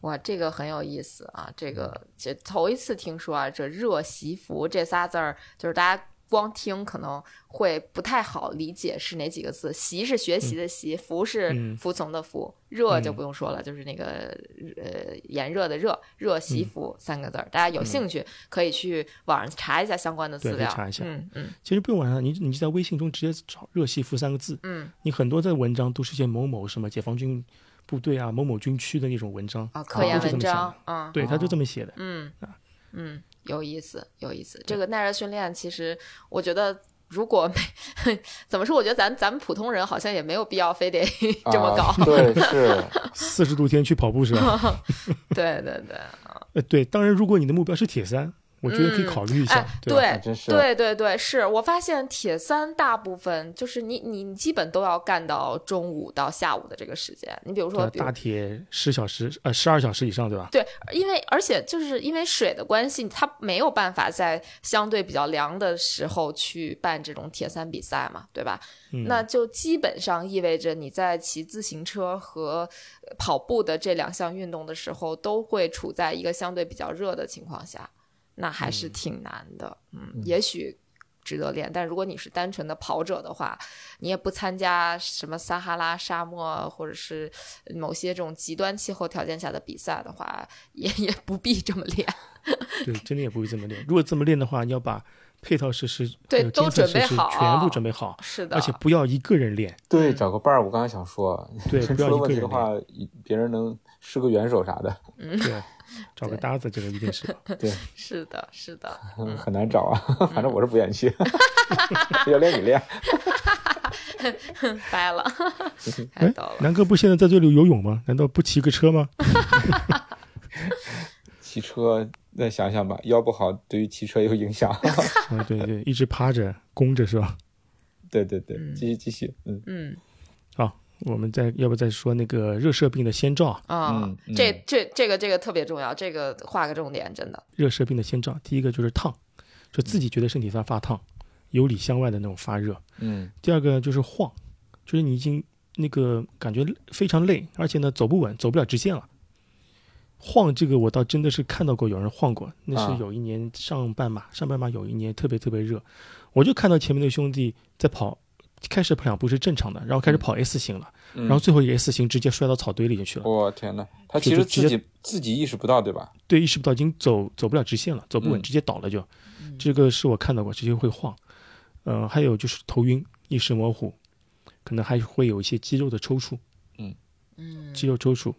B: 哇，这个很有意思啊！这个
C: 嗯
B: 这头一次听说啊，这热习服这仨字儿，就是大家光听可能会不太好理解是哪几个字。习是学习的习，服是
C: 嗯
B: 服从的服，热就不用说了，就是那个呃炎热的热，热习
C: 嗯
B: 服三个字儿。大家有兴趣可以去网上查一下相关的资
C: 对可以
B: 料，
C: 查一下
B: 嗯嗯
C: 其实不用网上，你你就在微信中直接找“热西服”三个字，
B: 嗯，
C: 你很多在文章都是一些某某什么解放军部队啊、某某军区的那种文章
B: 啊，科研
C: 都是这
B: 文
C: 么想
B: 章
C: 的，
B: 嗯，
C: 对，他就这么写的。
B: 嗯嗯，有意思，有意思。这个耐热训练，其实我觉得，如果没 怎么说，我觉得咱咱们普通人好像也没有必要非得 这么搞。
A: 啊 对，是，
C: 四十度天去跑步 是吧？
B: 对对对，
C: 呃，对，当然，如果你的目标是铁三，我觉得可以
B: 嗯
C: 考虑一下
B: 哎，，
C: 吧？
A: 还真是
B: 对对对，是我发现铁三大部分就是你你你基本都要干到中午到下午的这个时间。你比如说，
C: 对，
B: 比如
C: 打铁十小时，呃，十二小时以上，对吧？
B: 对，因为而且就是因为水的关系，它没有办法在相对比较凉的时候去办这种铁三比赛嘛，对吧？那就基本上意味着你在骑自行车和呃跑步的这两项运动的时候，都会处在一个相对比较热的情况下，那还是挺难的。嗯，也许。值得练，但如果你是单纯的跑者的话，你也不参加什么撒哈拉沙漠或者是某些这种极端气候条件下的比赛的话，也也不必这么练，
C: 对，真的也不会这么练。如果这么练的话，你要把配套设施、
B: 对
C: 还有
B: 都
C: 监测
B: 准备
C: 设施
B: 好
C: 全部准备好，
B: 是的，
C: 而且不要一个 人练。
A: 对，找个伴儿。我刚才想说，
C: 对
A: 真出
C: 不要
A: 了
C: 一
A: 问
C: 个
A: 题的
C: 人
A: 话，别人能是个元手啥 的，
C: 对，找个搭子，这个一定是。
B: 是的，是的，
A: 很难找啊。反正我是不愿意 去，要练你练。
B: 掰了， 太
C: 哎
B: 逗，了。
C: 南哥不现在在这里游泳吗？难道不骑个车吗？
A: 骑车，再想想吧，腰不好对于骑车有影 响。
C: 啊，对对，一直趴着弓着是吧？
A: 对对对，继续继续，嗯，
B: 嗯
C: 好，我们再要不再说那个热射病的先兆啊？
B: 啊、
A: 嗯嗯
B: 这这这个这个特别重要，这个画个重点，真的。
C: 热射病的先兆，第一个就是烫，就自己觉得身体在发烫，由里向外的那种发热。
A: 嗯
C: 第二个就是晃，就是你已经那个感觉非常累，而且呢走不稳，走不了直线了。晃这个我倒真的是看到过有人晃过，那
A: 啊
C: 是有一年上半马，上半马有一年特别特别热，我就看到前面的兄弟在跑开始跑两步是正常的，然后开始跑 S 型了，然后最后一个 S 型直接摔到草堆里面去了，
A: 我天呐，他
C: 就
A: 其实自
C: 就直接
A: 己自己意识不到，对吧？
C: 对，意识不到已经走走不了直线了，走不稳，
A: 嗯
C: 直接倒了就。
B: 嗯
C: 这个是我看到过，直接会晃。呃，还有就是头晕、意识模糊，可能还会有一些肌肉的抽搐，
A: 嗯
B: 嗯
C: 肌肉抽搐。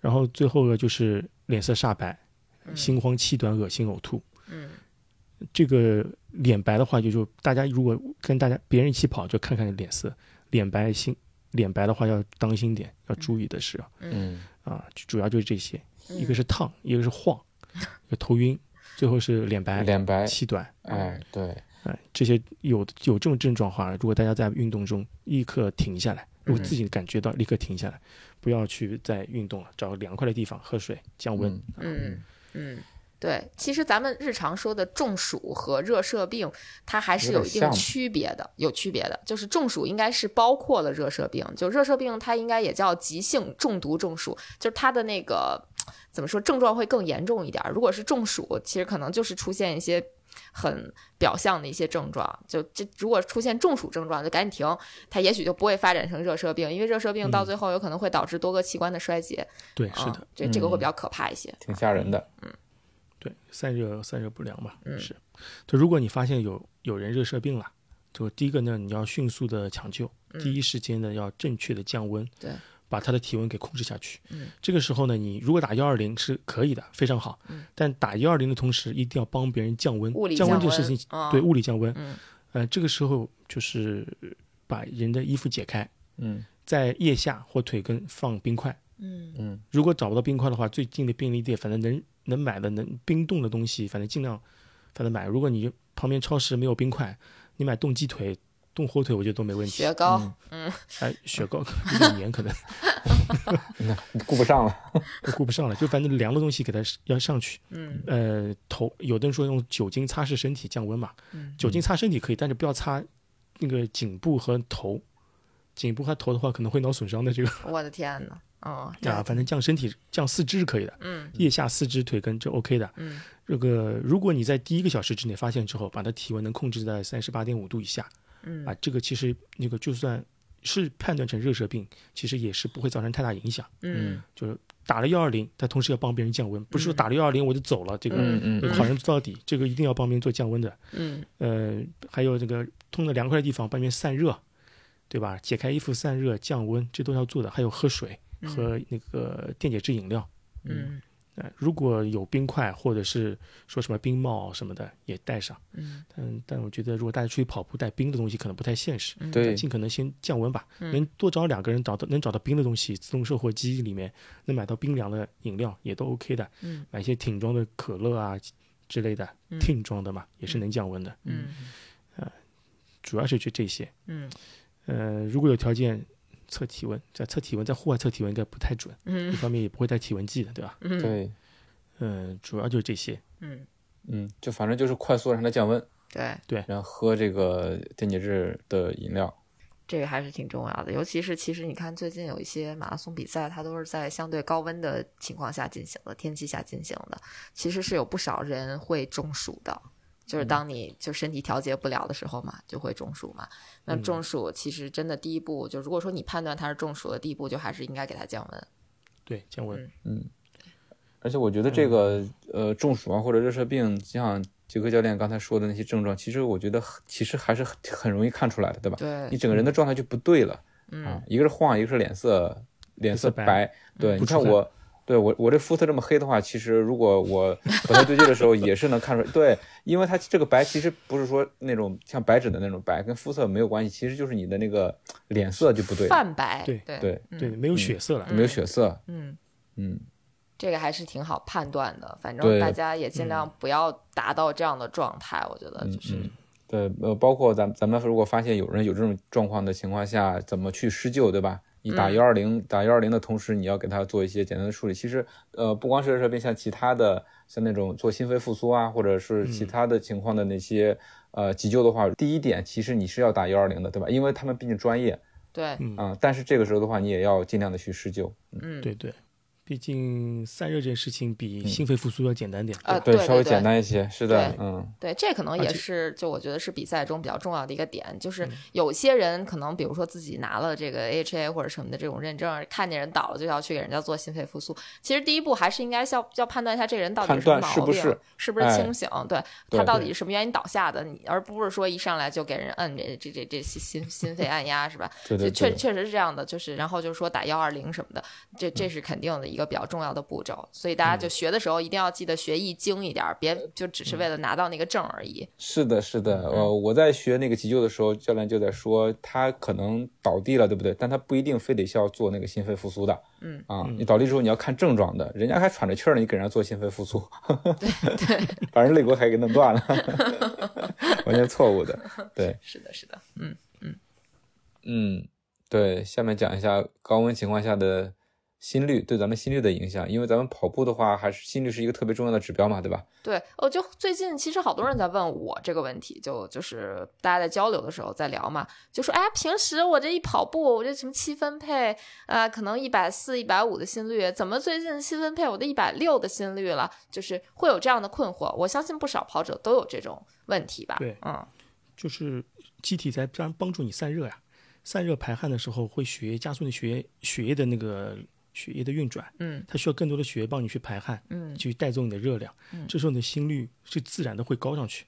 C: 然后最后呢，就是脸色煞白、
B: 嗯
C: 心慌、气短、恶心、呕吐。
B: 嗯
C: 这个脸白的话，就就大家如果跟大家别人一起跑，就看看脸色，脸白心脸白的话要当心点，要注意的是啊
A: 嗯，
C: 啊，主要就是这些，
B: 嗯
C: 一个是烫，一个是晃，一个头晕，最后是脸白、
A: 嗯脸白，
C: 气短，
A: 哎，对，
C: 哎，这些有有这种症状的话，如果大家在运动中立刻停下来，如
A: 嗯
C: 果自己感觉到立刻停下来，不要去再运动了，找个凉快的地方喝水降温。
A: 嗯
B: 嗯嗯，对，其实咱们日常说的中暑和热射病，它还是
A: 有
B: 有
A: 点
B: 一定
A: 像
B: 区别的，有区别的。就是中暑应该是包括了热射病，就热射病它应该也叫急性中毒中暑，就是它的那个怎么说症状会更严重一点儿。如果是中暑，其实可能就是出现一些。很表象的一些症状，就这如果出现中暑症状，就赶紧停，它也许就不会发展成热射病，因为热射病到
C: 嗯
B: 最后有可能会导致多个器官的衰竭。
C: 对，是的，
B: 嗯，这这个会比
A: 嗯
B: 较可怕一些。
A: 挺吓人的。
C: 对，散热散热不良嘛，
B: 嗯
C: 是。就如果你发现有有人热射病了，就第一个呢，你要迅速的抢救，第一时间呢要正确的降温，
B: 嗯对，
C: 把他的体温给控制下去。
B: 嗯，
C: 这个时候呢，你如果打幺二零是可以的，非常好。嗯，但打幺二零的同时，一定要帮别人降温，
B: 物理
C: 降温这
B: 降
C: 个事
B: 温
C: 情，
B: 啊
C: 对物理降温。
B: 嗯，
C: 呃，这个时候就是呃把人的衣服解开，
A: 嗯
C: 在腋下或腿根放冰块。
B: 嗯
A: 嗯
C: 如果找不到冰块的话，最近的便利店，反正能能买的能冰冻的东西，反正尽量反正买。如果你旁边超市没有冰块，你买冻鸡腿、冻火腿，我觉得都没问题
B: 雪。糕，
C: 哎，雪糕有点黏，可能
A: 顾不上了。
C: 都顾不上了，就反正凉的东西给它要上去。
B: 嗯
C: 呃，头有的人说用酒精擦拭身体降温嘛，
B: 嗯
C: 酒精擦身体可以，但是不要擦那个颈部和头。颈部和头的话，可能会脑损伤的。这个
B: 我的天呐，哦，这
C: 啊，反正降身体、降四肢是可以的，
B: 嗯
C: 腋下、四肢、腿根这 OK 的。
B: 嗯，
C: 这个如果你在第一个小时之内发现之后，把它体温能控制在三十八点五度以下，
B: 嗯
C: 啊，这个其实那个就算是判断成热射病，其实也是不会造成太大影响。
B: 嗯
C: 就是打了幺二零，但同时要帮别人降温，不是说打了幺二零我就走了，这个
A: 嗯嗯
C: 要好人做到底，这个一定要帮别人做降温的。
B: 嗯
C: 呃，还有这个通了凉快的地方，帮别人散热，对吧？解开衣服散热、降温，这都要做的。还有喝水和那个电解质饮料。
B: 嗯
C: 呃，如果有冰块或者是说什么冰帽什么的，也带上。
B: 嗯
C: 但但我觉得，如果大家出去跑步带冰的东西，可能不太现
B: 嗯
C: 实。
A: 对，
C: 尽可能先降温吧，能多找两个人找到能找到冰的东西，自动售货机里面能买到冰凉的饮料也都 OK 的，
B: 嗯
C: 买一些挺装的可乐啊之类的，
B: 嗯
C: 挺装的嘛，也是能降温的，呃
B: 嗯
C: 主要是就这些。
B: 嗯
C: 呃，如果有条件测体温，在测体温在户外测体温应该不太准，一
B: 嗯
C: 方面也不会带体温计的，对吧？
B: 嗯
A: 对，
C: 嗯、主要就是这些。
B: 嗯，
A: 嗯，就反正就是快速让它降温，
B: 对，
A: 然后喝这个电解质的饮料。
B: 这个还是挺重要的，尤其是其实你看最近有一些马拉松比赛，它都是在相对高温的情况下进行的，天气下进行的，其实是有不少人会中暑的。就是当你就身体调节不了的时候嘛，就会中暑嘛。那中暑其实真的第一步，就如果说你判断它是中暑的第一步，就还是应该给它降温。
C: 对，降温。
B: 嗯
A: 而且我觉得这个呃中暑啊或者热射病，像杰克教练刚才说的那些症状，其实我觉得很其实还是很很容易看出来的，对吧？你
B: 对，
A: 整个人的状态就不对了
B: 嗯
A: 啊，一个是晃，一个是脸色脸色
C: 白嗯
A: 白，对，
C: 不
A: 你
C: 出
A: 看
C: 汗
A: 我。对我，我这肤色这么黑的话，其实如果我不太对劲的时候，也是能看出来。 对，因为它这个白其实不是说那种像白纸的那种白，跟肤色没有关系，其实就是你的那个脸色就不对，
B: 泛白，
C: 对
B: 对
A: 对，
C: 对，没有血色了。
A: 没有血色，
B: 嗯，
A: 嗯，
B: 这个还是挺好判断的。反正
A: 对嗯
B: 大家也尽量不要达到这样的状态，我觉得就是，
A: 对，呃，包括咱咱们如果发现有人有这种状况的情况下，怎么去施救，对吧？你打
B: 嗯
A: 幺二零打幺二零的同时，你要给他做一些简单的处理。其实，呃，不光是热射病，像其他的，像那种做心肺复苏啊，或者是
B: 嗯
A: 其他的情况的那些，呃，急救的话，第一点其实你是要打幺二零的，对吧？因为他们毕竟专业
B: 对，
A: 嗯
C: 嗯
A: 啊、但是这个时候的话，你也要尽量的去施救。
B: 嗯，
C: 对对，毕竟散热这件事情比心肺复苏要简单点。
B: 呃，
A: 对，
B: 对
A: 稍微
B: 对
A: 简单一些，是的
B: 对，
A: 嗯，
B: 对，这可能
C: 而
B: 也
C: 且嗯
B: 是就我觉得是比赛中比较重要的一个点，就是有些人可能比如说自己拿了这个 AHA 或者什么的这种认证，看见人倒了就要去给人家做心肺复苏。其实第一步还是应该要要判断一下这个人到底
A: 判
B: 什么
A: 断
B: 毛
A: 是
B: 病，
A: 不是
B: 不是
A: 哎
B: 清醒，对
A: 对
B: 他到
A: 对
B: 底是什么原因倒下的，你而不是说一上来就给人摁这这这这心心心肺按压是吧？
A: 对对
B: 这确
A: 对，
B: 确实是这样的，就是然后就是说打幺二零什么的，这
A: 嗯
B: 这是肯定的一个比较重要的步骤，所以大家就学的时候一定要记得学易精一点儿，别就只
A: 嗯
B: 是为了拿到那个证而已。
A: 是的，是的，
B: 嗯
A: 呃，我在学那个急救的时候，教练就在说，他可能倒地了，对不对？但他不一定非得需要做那个心肺复苏的，
B: 嗯
A: 啊，你倒地之后你要看症状的，人家还喘着气儿呢，你给人家做心肺复苏，对， 把人肋骨还给弄断了， 完全错 误的，对，
B: 是的，是的，嗯，
A: 嗯，对，下面讲一下高温情况下的心率对咱们心率的影响，因为咱们跑步的话，还是心率是一个特别重要的指标嘛，对吧？
B: 对，哦，就最近其实好多人在问我这个问题，就就是大家在交流的时候在聊嘛，就说哎，平时我这一跑步，我这什么七分配，呃，可能一百四、一百五的心率，怎么最近七分配我都一百六的心率了？就是会有这样的困惑，我相信不少跑者都有这种问题吧？
C: 对
B: 嗯，
C: 就是机体在帮帮助你散热呀、散热排汗的时候会血液加速你血液血液的那个血液的运转，
B: 嗯
C: 它需要更多的血液帮你去排汗，
B: 嗯
C: 去带走你的热量，这时候你的心率是自然的会高上去。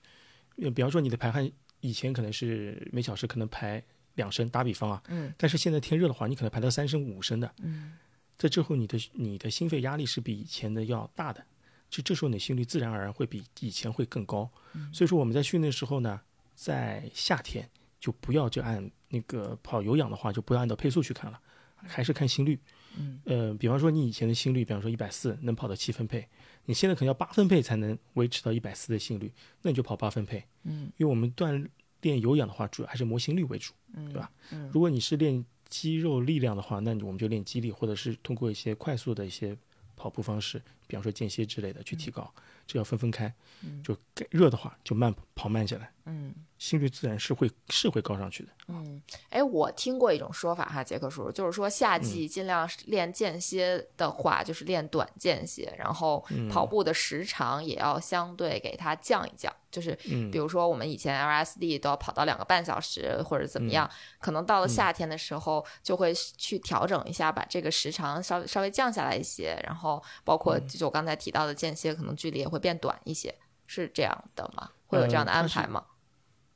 C: 呃比方说你的排汗以前可能是每小时可能排两升，打比方啊，
B: 嗯，
C: 但是现在天热的话，你可能排到三升五升的，嗯，在之后你的你的心肺压力是比以前的要大的，就这时候你的心率自然而然会比以前会更高。
B: 嗯
C: 所以说我们在训练的时候呢，在夏天就不要就按那个跑有氧的话，就不要按照配速去看了，还是看心率。嗯，呃，比方说你以前的心率，比方说一百四能跑到七分配，你现在可能要八分配才能维持到一百四的心率，那你就跑八分配。嗯，因为我们锻炼有氧的话，主要还是磨心率为主，嗯、对吧？嗯，如果你是练肌肉力量的话，那你我们就练肌力，或者是通过一些快速的一些跑步方式，比方说间歇之类的去提高，这要分分开。嗯，就该热的话就慢跑慢下来，
B: 嗯。
C: 心率自然是会是会高上去的。
B: 哎，我听过一种说法哈，杰克叔叔，就是说
C: 嗯
B: 夏季尽量是练间歇的话，就是练短间歇，然后
C: 嗯
B: 跑步的时长也要相对给它降一降。就是
C: 嗯
B: 比如说我们以前 LSD 都要跑到两个半小时或者怎
C: 嗯
B: 么样，可能到了夏天的时候就会去调整一下，把这个时长稍微稍微降下来一些，然后包括
C: 嗯
B: 就我刚才提到的间歇，可能距离也会变短一些，是这样的吗？会有这样的
C: 呃
B: 安
C: 它是
B: 排吗？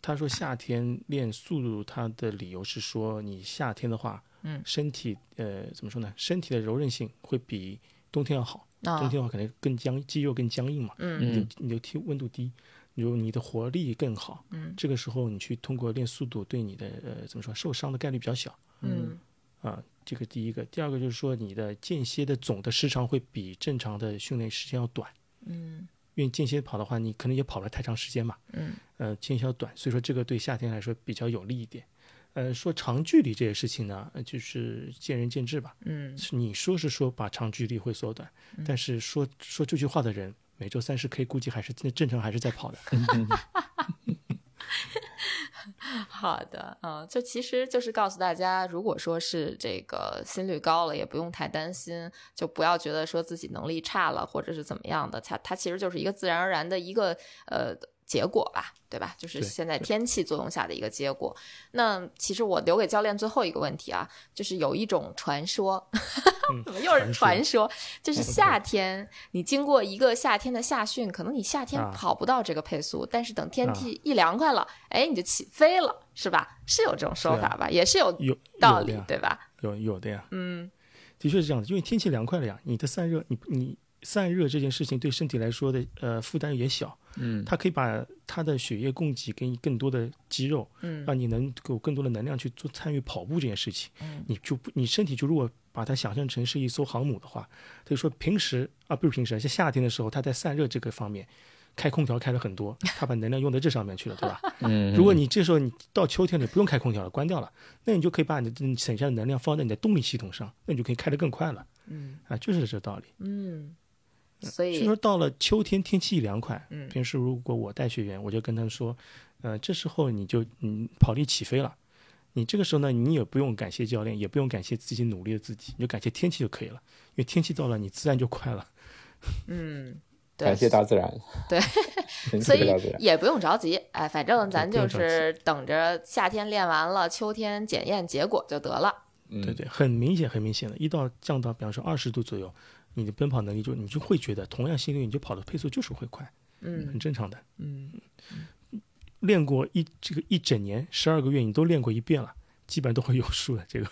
C: 他说夏天练速度，他的理由是说你夏天的话，
B: 嗯
C: 身体呃怎么说呢？身体的柔韧性会比冬天要好，
B: 啊
C: 冬天的话可能更僵，肌肉更僵硬嘛，
B: 嗯
C: 你的你的体温度低，你就你的活力更好，
B: 嗯
C: 这个时候你去通过练速度，对你的呃怎么说受伤的概率比较小
B: 嗯
C: 啊。这个第一个，第二个就是说你的间歇的总的时长会比正常的训练时间要短，
B: 嗯
C: 因为间歇跑的话，你可能也跑不了太长时间嘛，
B: 嗯
C: 呃，见效短，所以说这个对夏天来说比较有利一点。呃，说长距离这些事情呢，呃就是见仁见智吧。
B: 嗯
C: 是你说是说把长距离会缩短，但是说说这句话的人，每周三十 K 估计还是正正常还是 在跑的。
B: 好的，嗯，就其实就是告诉大家，如果说是这个心率高了，也不用太担心，就不要觉得说自己能力差了或者是怎么样的，它它其实就是一个自然而然的一个呃结果吧，对吧？就是
C: 对
B: 现在天气作用下的一个结果。那其实我留给教练最后一个问题啊，就是有一种传说， 怎么又是传
C: 传
B: 说？
C: 嗯
B: 就是夏天，你经过一个夏天的夏训，可能你夏天
C: 啊
B: 跑不到这个配速，但是等天
C: 啊
B: 气一凉快了，哎，你就起飞了，是吧？是有这种说
C: 对啊
B: 法吧？也是有
C: 有
B: 道
C: 有的
B: 理
C: 呀，
B: 对吧？
C: 有有的呀，
B: 嗯
C: 的确是这样的，因为天气凉快了呀，你的散热，你你散热这件事情对身体来说的呃负担也小，
A: 嗯，
C: 它可以把它的血液供给给你更多的肌肉，
B: 嗯
C: 让你能有更多的能量去做参与跑步这件事情。你就不，你身体就如果把它想象成是一艘航母的话，所以说平时啊不是平时，像夏天的时候，它在散热这个方面。开空调开了很多，它把能量用在这上面去了，对吧？嗯。如果你这时候你到秋天你不用开空调了，关掉了，那你就可以把你的省下的能量放在你的动力系统上，那你就可以开得更快了。嗯。啊，就是这道理。
B: 嗯，所
C: 所以
B: 以
C: 说到了秋天天气一凉快，
B: 嗯
C: 平时如果我带学员，我就跟他们说，呃，这时候你就嗯跑力起飞了，你这个时候呢，你也不用感谢教练，也不用感谢自己努力的自己，你就感谢天气就可以了，因为天气到了，你自然就快了。
B: 嗯，对
A: 感，谢大自然，
B: 对，
A: 感
B: 所
A: 谢大自
B: 以
A: 然。
B: 也不用着急，哎，反正咱
C: 对不
B: 就
C: 用着急
B: 是等着夏天练完了，秋天检验结果就得了。
A: 嗯
C: 对对，很明显，很明显的，一到降到比方说二十度左右，你的奔跑能力就你就会觉得同样心率你就跑的配速就是会快，很
B: 嗯
C: 正常的。
B: 嗯
C: 练过一这个一整年十二个月，你都练过一遍了，基本上都会有数的。这个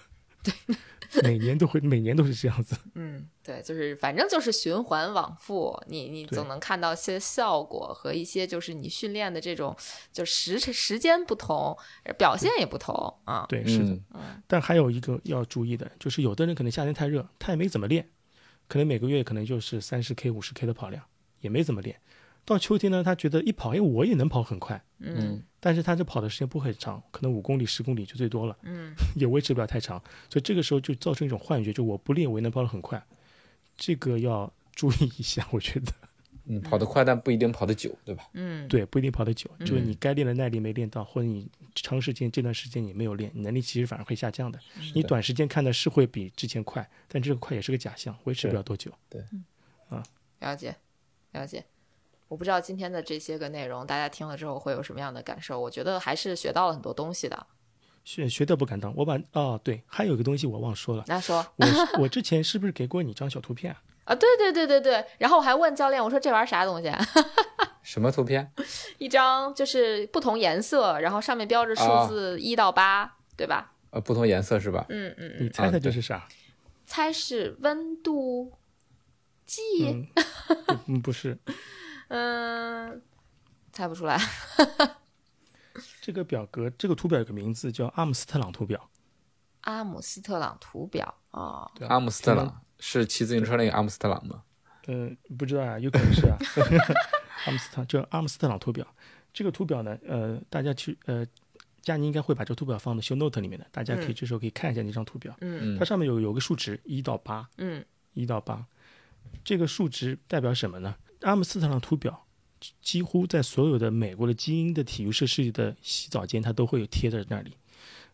C: 每年都会，每年都是这样子。
B: 嗯，对，就是反正就是循环往复，你你
C: 对
B: 总能看到一些效果和一些就是你训练的这种就时时间不同，表现也不同啊。
C: 对，是的。
A: 嗯，
C: 但还有一个要注意的，就是有的人可能夏天太热，他也没怎么练，可能每个月可能就是三十 K、五十 K 的跑量，也没怎么练。到秋天呢，他觉得一跑，哎，我也能跑很快，
B: 嗯
C: 但是他这跑的时间不会很长，可能五公里、十公里就最多了，
B: 嗯，
C: 也维持不了太长，所以这个时候就造成一种幻觉，就我不练，我也能跑得很快，这个要注意一下，我觉得。
A: 嗯，跑得快但不一定跑得久，对吧？
B: 嗯，
C: 对，不一定跑得久，就是
A: 嗯
C: 你该练的耐力没练到，或者你长时间这段时间你没有练，你能力其实反而会下降的。你短时间看的是会比之前快，但这个快也是个假象，维持不
A: 对
C: 了多久。
B: 了解，了解。我不知道今天的这些个内容，大家听了之后会有什么样的感受？我觉得还是学到了很多东西的。
C: 学学的不敢当，我把哦对，还有一个东西我忘 说了，
B: 那说
C: 我是我之前是不是给过你张小图片啊？
B: 啊，对对对对对，然后我还问教练，我说这玩意儿啥东西、啊？
A: 什么图片？
B: 一张就是不同颜色，然后上面标着数
A: 啊
B: 字一到八、对吧？
A: 呃，不同颜色是吧？
B: 嗯嗯，
C: 你
B: 嗯，
C: 猜猜这是啥？
B: 猜是温度计？
C: 嗯，嗯不是，
B: 嗯、猜不出来。
C: 这个表格这个图表有个名字叫阿姆斯特朗图表，
B: 阿姆斯特朗图表哦，
C: 对吧
A: 阿姆斯特朗是骑自行车那个阿姆斯特朗吗？
C: 嗯，不知道啊，有可能是啊。 阿姆斯特就阿姆斯特朗图表，这个图表呢，呃，大家去呃，佳妮应该会把这个图表放到 show note 里面的，大家可以
B: 嗯
C: 这时候可以看一下那张图表，
B: 嗯
C: 它上面有有个数值一到八，
B: 嗯
C: 一到八，这个数值代表什么呢？阿姆斯特朗图表几几乎在所有的美国的精英的体育设施的洗澡间，它都会有贴在那里，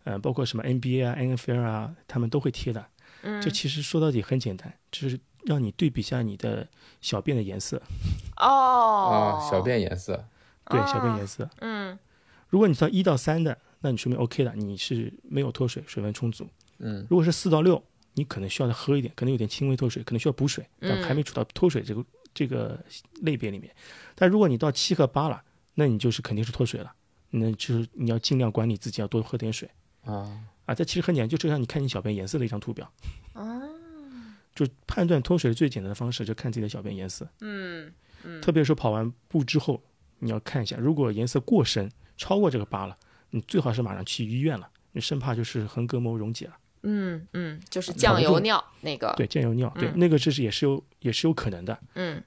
C: 呃，包括什么 NBA 啊、NFL 啊，他们都会贴的。
B: 嗯，
C: 这其实说到底很简单，就是让你对比一下你的小便的颜色，
B: 哦
A: 啊，，小，便颜色。
C: 对
B: 啊
C: 小便颜色。
B: 嗯
C: 如果你到一到三的，那你说明 OK 的，你是没有脱水，水分充足。
A: 嗯，
C: 如果是四到六，你可能需要再喝一点，可能有点轻微脱水，可能需要补水，但还没处到脱水这个这个类别里面。但如果你到七和八了，那你就是肯定是脱水了，那就是你要尽量管理自己，要多喝点水
A: 啊，
C: 啊。这其实很简单，就就像你看你小便颜色的一张图表，
B: 嗯
C: 就判断脱水的最简单的方式，就看自己的小便颜色。
B: 嗯
C: 特别是跑完步之后，你要看一下，如果颜色过深，超过这个八了，你最好是马上去医院了，你生怕就是横膈膜溶解了，
B: 嗯嗯，就是酱油尿那
A: 啊
B: 个，
C: 对，酱油尿，对，
B: 嗯
C: 那个这是也是有也是有可能的。
B: 嗯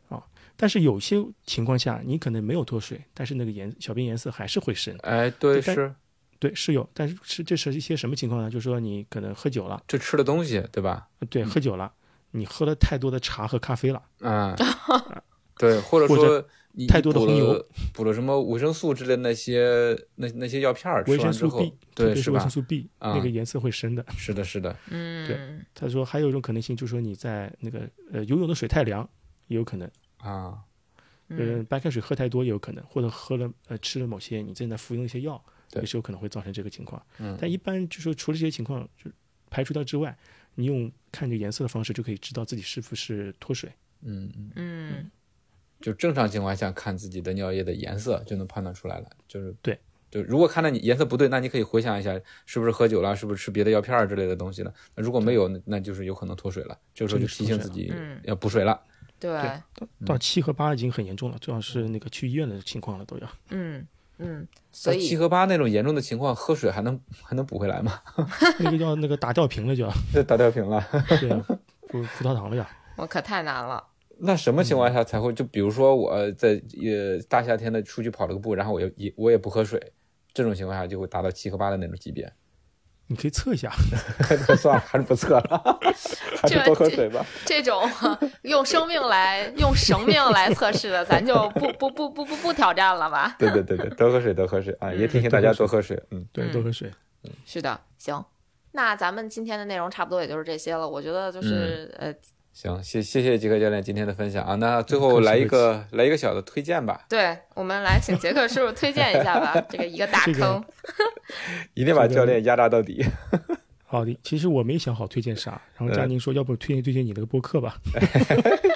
C: 但是有些情况下，你可能没有脱水，但是那个颜小便颜色还是会深，
A: 哎，对，
C: 对但
A: 是
C: 对，是有，但是是这是一些什么情况呢？就是说你可能喝酒了，
A: 这吃的东西对吧？
C: 对，喝酒了，你喝了太多的茶和咖啡了，
A: 嗯，对，或者
C: 或者
A: 说你
C: 太多的
A: 补了
C: 红油，
A: 补了什么维生素之类的那些那那些药片儿，
C: 维
A: 吃完
C: 生
A: 之
C: 素
A: 后
C: B，，特
A: 对，
C: 别
A: 是
C: 是维
A: 吧
C: 生？素 B，、
A: 啊
C: 那个颜色会深的。
A: 是的，是的，
B: 嗯，
C: 他说还有一种可能性，就是说你在那个呃游泳的水太凉，也有可能，
A: 啊，
B: 嗯
C: 有人呃白开水喝太多也有可能，或者喝了呃吃了某些你正在服用的一些药，
A: 对
C: 也是有可能会造成这个情况。
A: 嗯
C: 但一般就是说除了这些情况就排除掉之外，你用看这个颜色的方式就可以知道自己是不是脱水。
A: 嗯，嗯
B: 嗯
A: 就正常情况下看自己的尿液的颜色就能判断出来了，就是
C: 对。
A: 就如果看到你颜色不对，那你可以回想一下，是不是喝酒了，是不是吃别的药片儿之类的东西了？那如果没有，那那就是有可能脱水了。这个时候就提醒自己
B: 嗯
A: 要补水了。
B: 对，
A: 嗯
C: 到七和八已经很严重了，最好是那个去医院的情况了 都要。
B: 嗯嗯，所
A: 那七
B: 以
A: 和八那种严重的情况，喝水还能还能补回来吗？
C: 那个要那个打吊瓶了就要，
A: 这 打吊瓶了。
C: 对啊，葡葡萄糖了要。
B: 我可太难了，
A: 那什么情况下才会？就比如说我在呃大夏天的出去跑了个步，然后我也也我也不喝水，这种情况下就会达到七和八的那种级 别。
C: 你可以测一下，
A: 嗯算了，还是不测 了，还是多喝水吧。
B: 这种用生命来用生命来测试的，咱就不不不不不不挑战了吧。
A: 对对对对，多喝水，多喝水啊！也提醒大家多喝水。嗯，
C: 对，
B: 嗯
C: 多喝水。
B: 是的，行，那咱们今天的内容差不多也就是这些了。我觉得就是、呃，
A: 行，谢谢谢杰克教练今天的分享啊，那最
C: 客
A: 后
C: 气
A: 来一
C: 客
A: 个来一个小的推荐吧，
B: 对我们来请杰克叔叔推荐一下 吧，这个一个大
C: 这个
B: 坑。
A: 一定把
C: 这个
A: 教练压榨到底。
C: 好的，其实我没想好推荐啥，然
A: 嗯
C: 后佳宁说，要不推荐推荐你那个播客吧，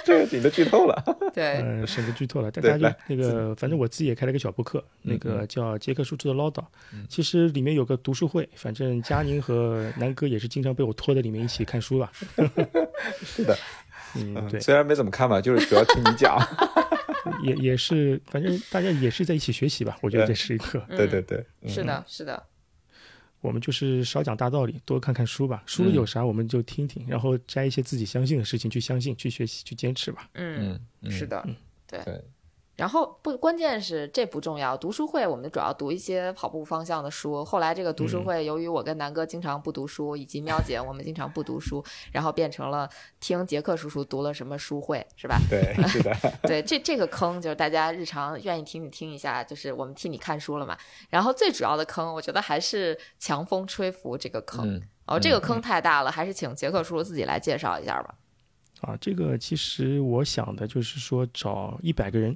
A: 这个你都剧透 了。
B: 对，
C: 嗯，省得剧透了。但
A: 对
C: 大家
A: 来
C: 就那个，反正我自己也开了个小播客，那个叫杰克叔叔的唠叨。其实里面有个读书会，反正佳宁和南哥也是经常被我拖在里面一起看书 啊。是
A: 的，
C: 嗯，对，
A: 虽然没怎么看吧，就是主要听你讲。
C: 也也是，反正大家也是在一起学习吧。我觉得这是一个，
A: 对对对，嗯
B: 是的，是的，
C: 我们就是少讲大道理，多看看书吧。书里有啥我们就听听，然后摘一些自己相信的事情去相信、去学习、去坚持吧。
B: 嗯，
A: 嗯，嗯
B: 是。的，对
A: 对。
B: 然后不，关键是这不重要。读书会我们主要读一些跑步方向的书。后来这个读
A: 嗯
B: 书会，由于我跟南哥经常不读书，以及喵姐我们经常不读书，然后变成了听杰克叔叔读了什么书会，是吧？
A: 对，是的，
B: 对，这这个坑就是大家日常愿意听你听一下，就是我们替你看书了嘛。然后最主要的坑，我觉得还是强风吹拂这个坑。
A: 嗯，
B: 哦，这个坑太大了，还是请杰克叔叔自己来介绍一下吧。
C: 啊，这个其实我想的就是说，找一百个人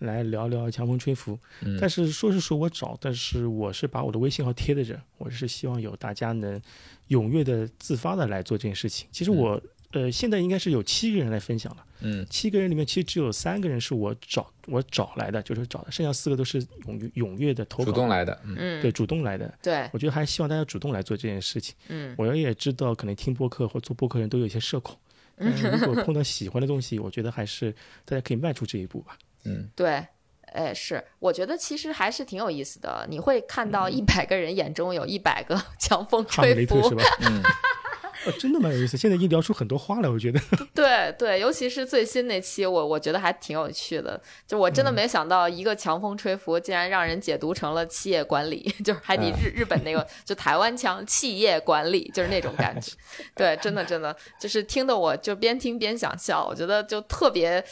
C: 来聊聊强风吹拂。
A: 嗯
C: 但是说是说我找，但是我是把我的微信号贴在这儿，我是希望有大家能踊跃的、自发的来做这件事情。其实我、呃，现在应该是有七个人来分享了。
A: 嗯
C: 七个人里面其实只有三个人是我找我找来的，就是找的，剩下四个都是踊跃踊跃的投
A: 主
C: 稿，
A: 动来的，嗯
B: 嗯，
C: 对，主动来的。
B: 对，
C: 我觉得还希望大家主动来做这件事情。
B: 嗯，
C: 我也知道，可能听播客或做播客人都有一些社 恐，但是如果碰到喜欢的东西，我觉得还是大家可以迈出这一步吧。
A: 嗯，
B: 对。哎，是，我觉得其实还是挺有意思的。你会看到一百个人眼中有一百个 强风
C: 嗯哈姆
B: 吹
C: 雷特
B: 拂
C: 是， 吧？
A: 嗯
C: 哦真的蛮有意思，现在已经聊出很多花来，我 觉得。
B: 对对，尤其是最新那期，我我觉得还挺有趣的。就我真的没想到，一个强风吹拂，竟然让人解读成了企业管理， 就是还得日日本那个，就台湾腔企业管理，就是那种感觉。对，真的真的，就是听得我就边听边想笑，我觉得就特别，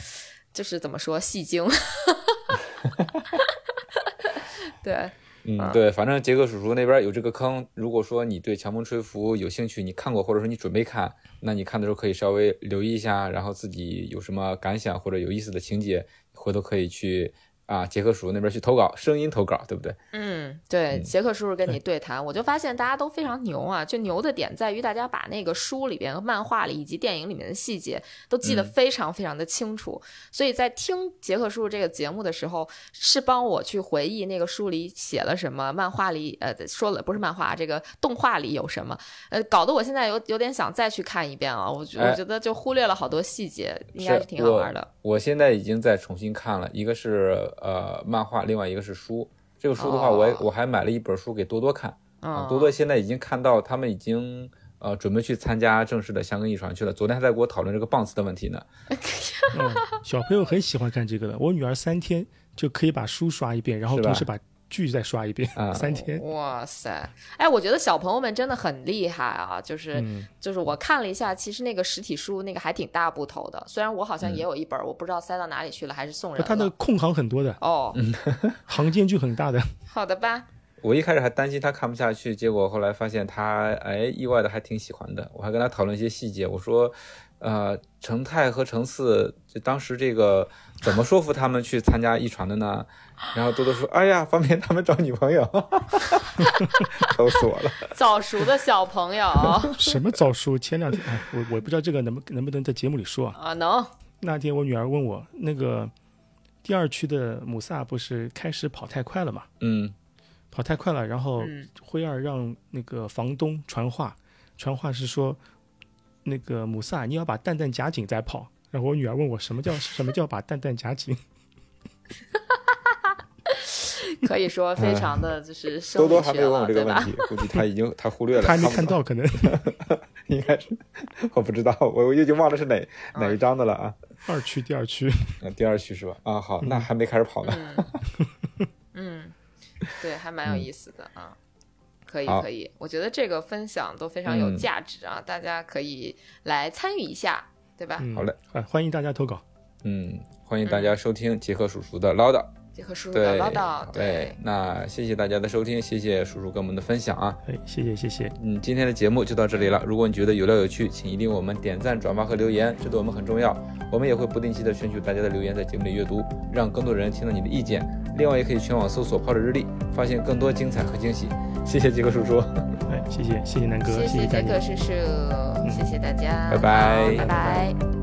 B: 就是怎么说戏精。 对，啊
A: 嗯，对，反正杰克叔叔那边有这个坑，如果说你对强风吹拂有兴趣，你看过或者说你准备看，那你看的时候可以稍微留意一下，然后自己有什么感想或者有意思的情节，回头可以去啊杰克叔叔那边去投稿，声音投稿，对不对？
B: 嗯，对，杰克叔叔跟你对谈，我就发现大家都非常牛啊！就牛的点在于大家把那个书里边、漫画里以及电影里面的细节都记得
A: 嗯
B: 非常非常的清楚，所以在听杰克叔叔这个节目的时候，是帮我去回忆那个书里写了什么，漫画里呃说了不是漫画，这个动画里有什么，呃，搞得我现在有有点想再去看一遍啊！我觉
A: 哎
B: 我觉得就忽略了好多细节，应该是挺好玩的。
A: 我。我现在已经在重新看了，一个是呃漫画，另外一个是书。这个书的话，我也
B: 哦
A: 我还买了一本书给多多看啊
B: 嗯，。
A: 多多现在已经看到他们已经呃准备去参加正式的香根艺传去了。昨天还在跟我讨论这个棒次的问题呢。
C: 嗯，小朋友很喜欢看这个的，我女儿三天就可以把书刷一遍，然后
A: 是吧
C: 同时把剧再刷一遍，
A: 啊
C: 三天。
B: 哇塞！哎，我觉得小朋友们真的很厉害啊，就是、
A: 嗯
B: 就是我看了一下，其实那个实体书那个还挺大部头的，虽然我好像
A: 嗯
B: 也有一本，我不知道塞到哪里去了，还是送人了。
C: 它的空行很多的，
B: 哦，
A: 嗯
C: 行间距很大的。
B: 好的吧，
A: 我一开始还担心他看不下去，结果后来发现他哎意外的还挺喜欢的。我还跟他讨论一些细节，我说，呃，成泰和成次就当时这个怎么说服他们去参加一传的呢？然后多多说，哎呀，方便他们找女朋友， 愁死我了。
B: 早熟的小朋友
C: 什么早熟？前两天，哎，我我不知道这个能不能不能在节目里说啊。
B: 啊，能
C: 那天我女儿问我，那个第二区的姆萨不是开始跑太快了嘛？
A: 嗯
C: 跑太快了，然后
B: 嗯
C: 辉儿让那个房东传话，传话是说，那个姆萨你要把蛋蛋夹紧再跑。然后我女儿问我什么叫什么叫把蛋蛋 夹紧？
B: 可以说非常
A: 嗯
B: 的就是生
A: 多
B: 理
A: 多还没
B: 学
A: 有问我这
B: 了，对
A: 个问
B: 吧？
A: 题，估计他已经他忽略了，
C: 她还没看，到，可能
A: 应该是我不知道，我我已经忘了是哪
B: 嗯
A: 哪一章的了啊。
C: 二区第二区。
A: 嗯，第二区是吧？啊，好，那还没开始跑呢。
B: 嗯，对，还蛮有意思的啊。可以
A: 嗯好
B: 可以，我觉得这个分享都非常有
A: 嗯
B: 价值啊，大家可以来参与一下，对吧？
C: 嗯
A: 好嘞，
C: 啊，欢迎大家投稿。
A: 嗯
B: 嗯
A: 嗯，欢迎大家收听杰克叔叔的唠叨。
B: 就和叔叔
A: 对
B: 聊唠叨。
A: 对，那谢谢大家的收听，谢谢叔叔跟我们的分享啊。
C: 哎，谢谢谢谢，
A: 嗯，今天的节目就到这里了。如果你觉得有料有趣，请一定为我们点赞、转发和留言，这对我们很重要。我们也会不定期的选取大家的留言，在节目里阅读，让更多人听到你的意见。另外，也可以全网搜索“泡着日历”，发现更多精彩和惊喜。谢谢杰克叔叔，
C: 哎，谢谢谢谢南哥，
B: 谢
C: 谢
B: 谢
C: 大
B: 杰
C: 家
B: 克。叔叔，谢谢大家，
A: 拜拜
B: 好拜拜。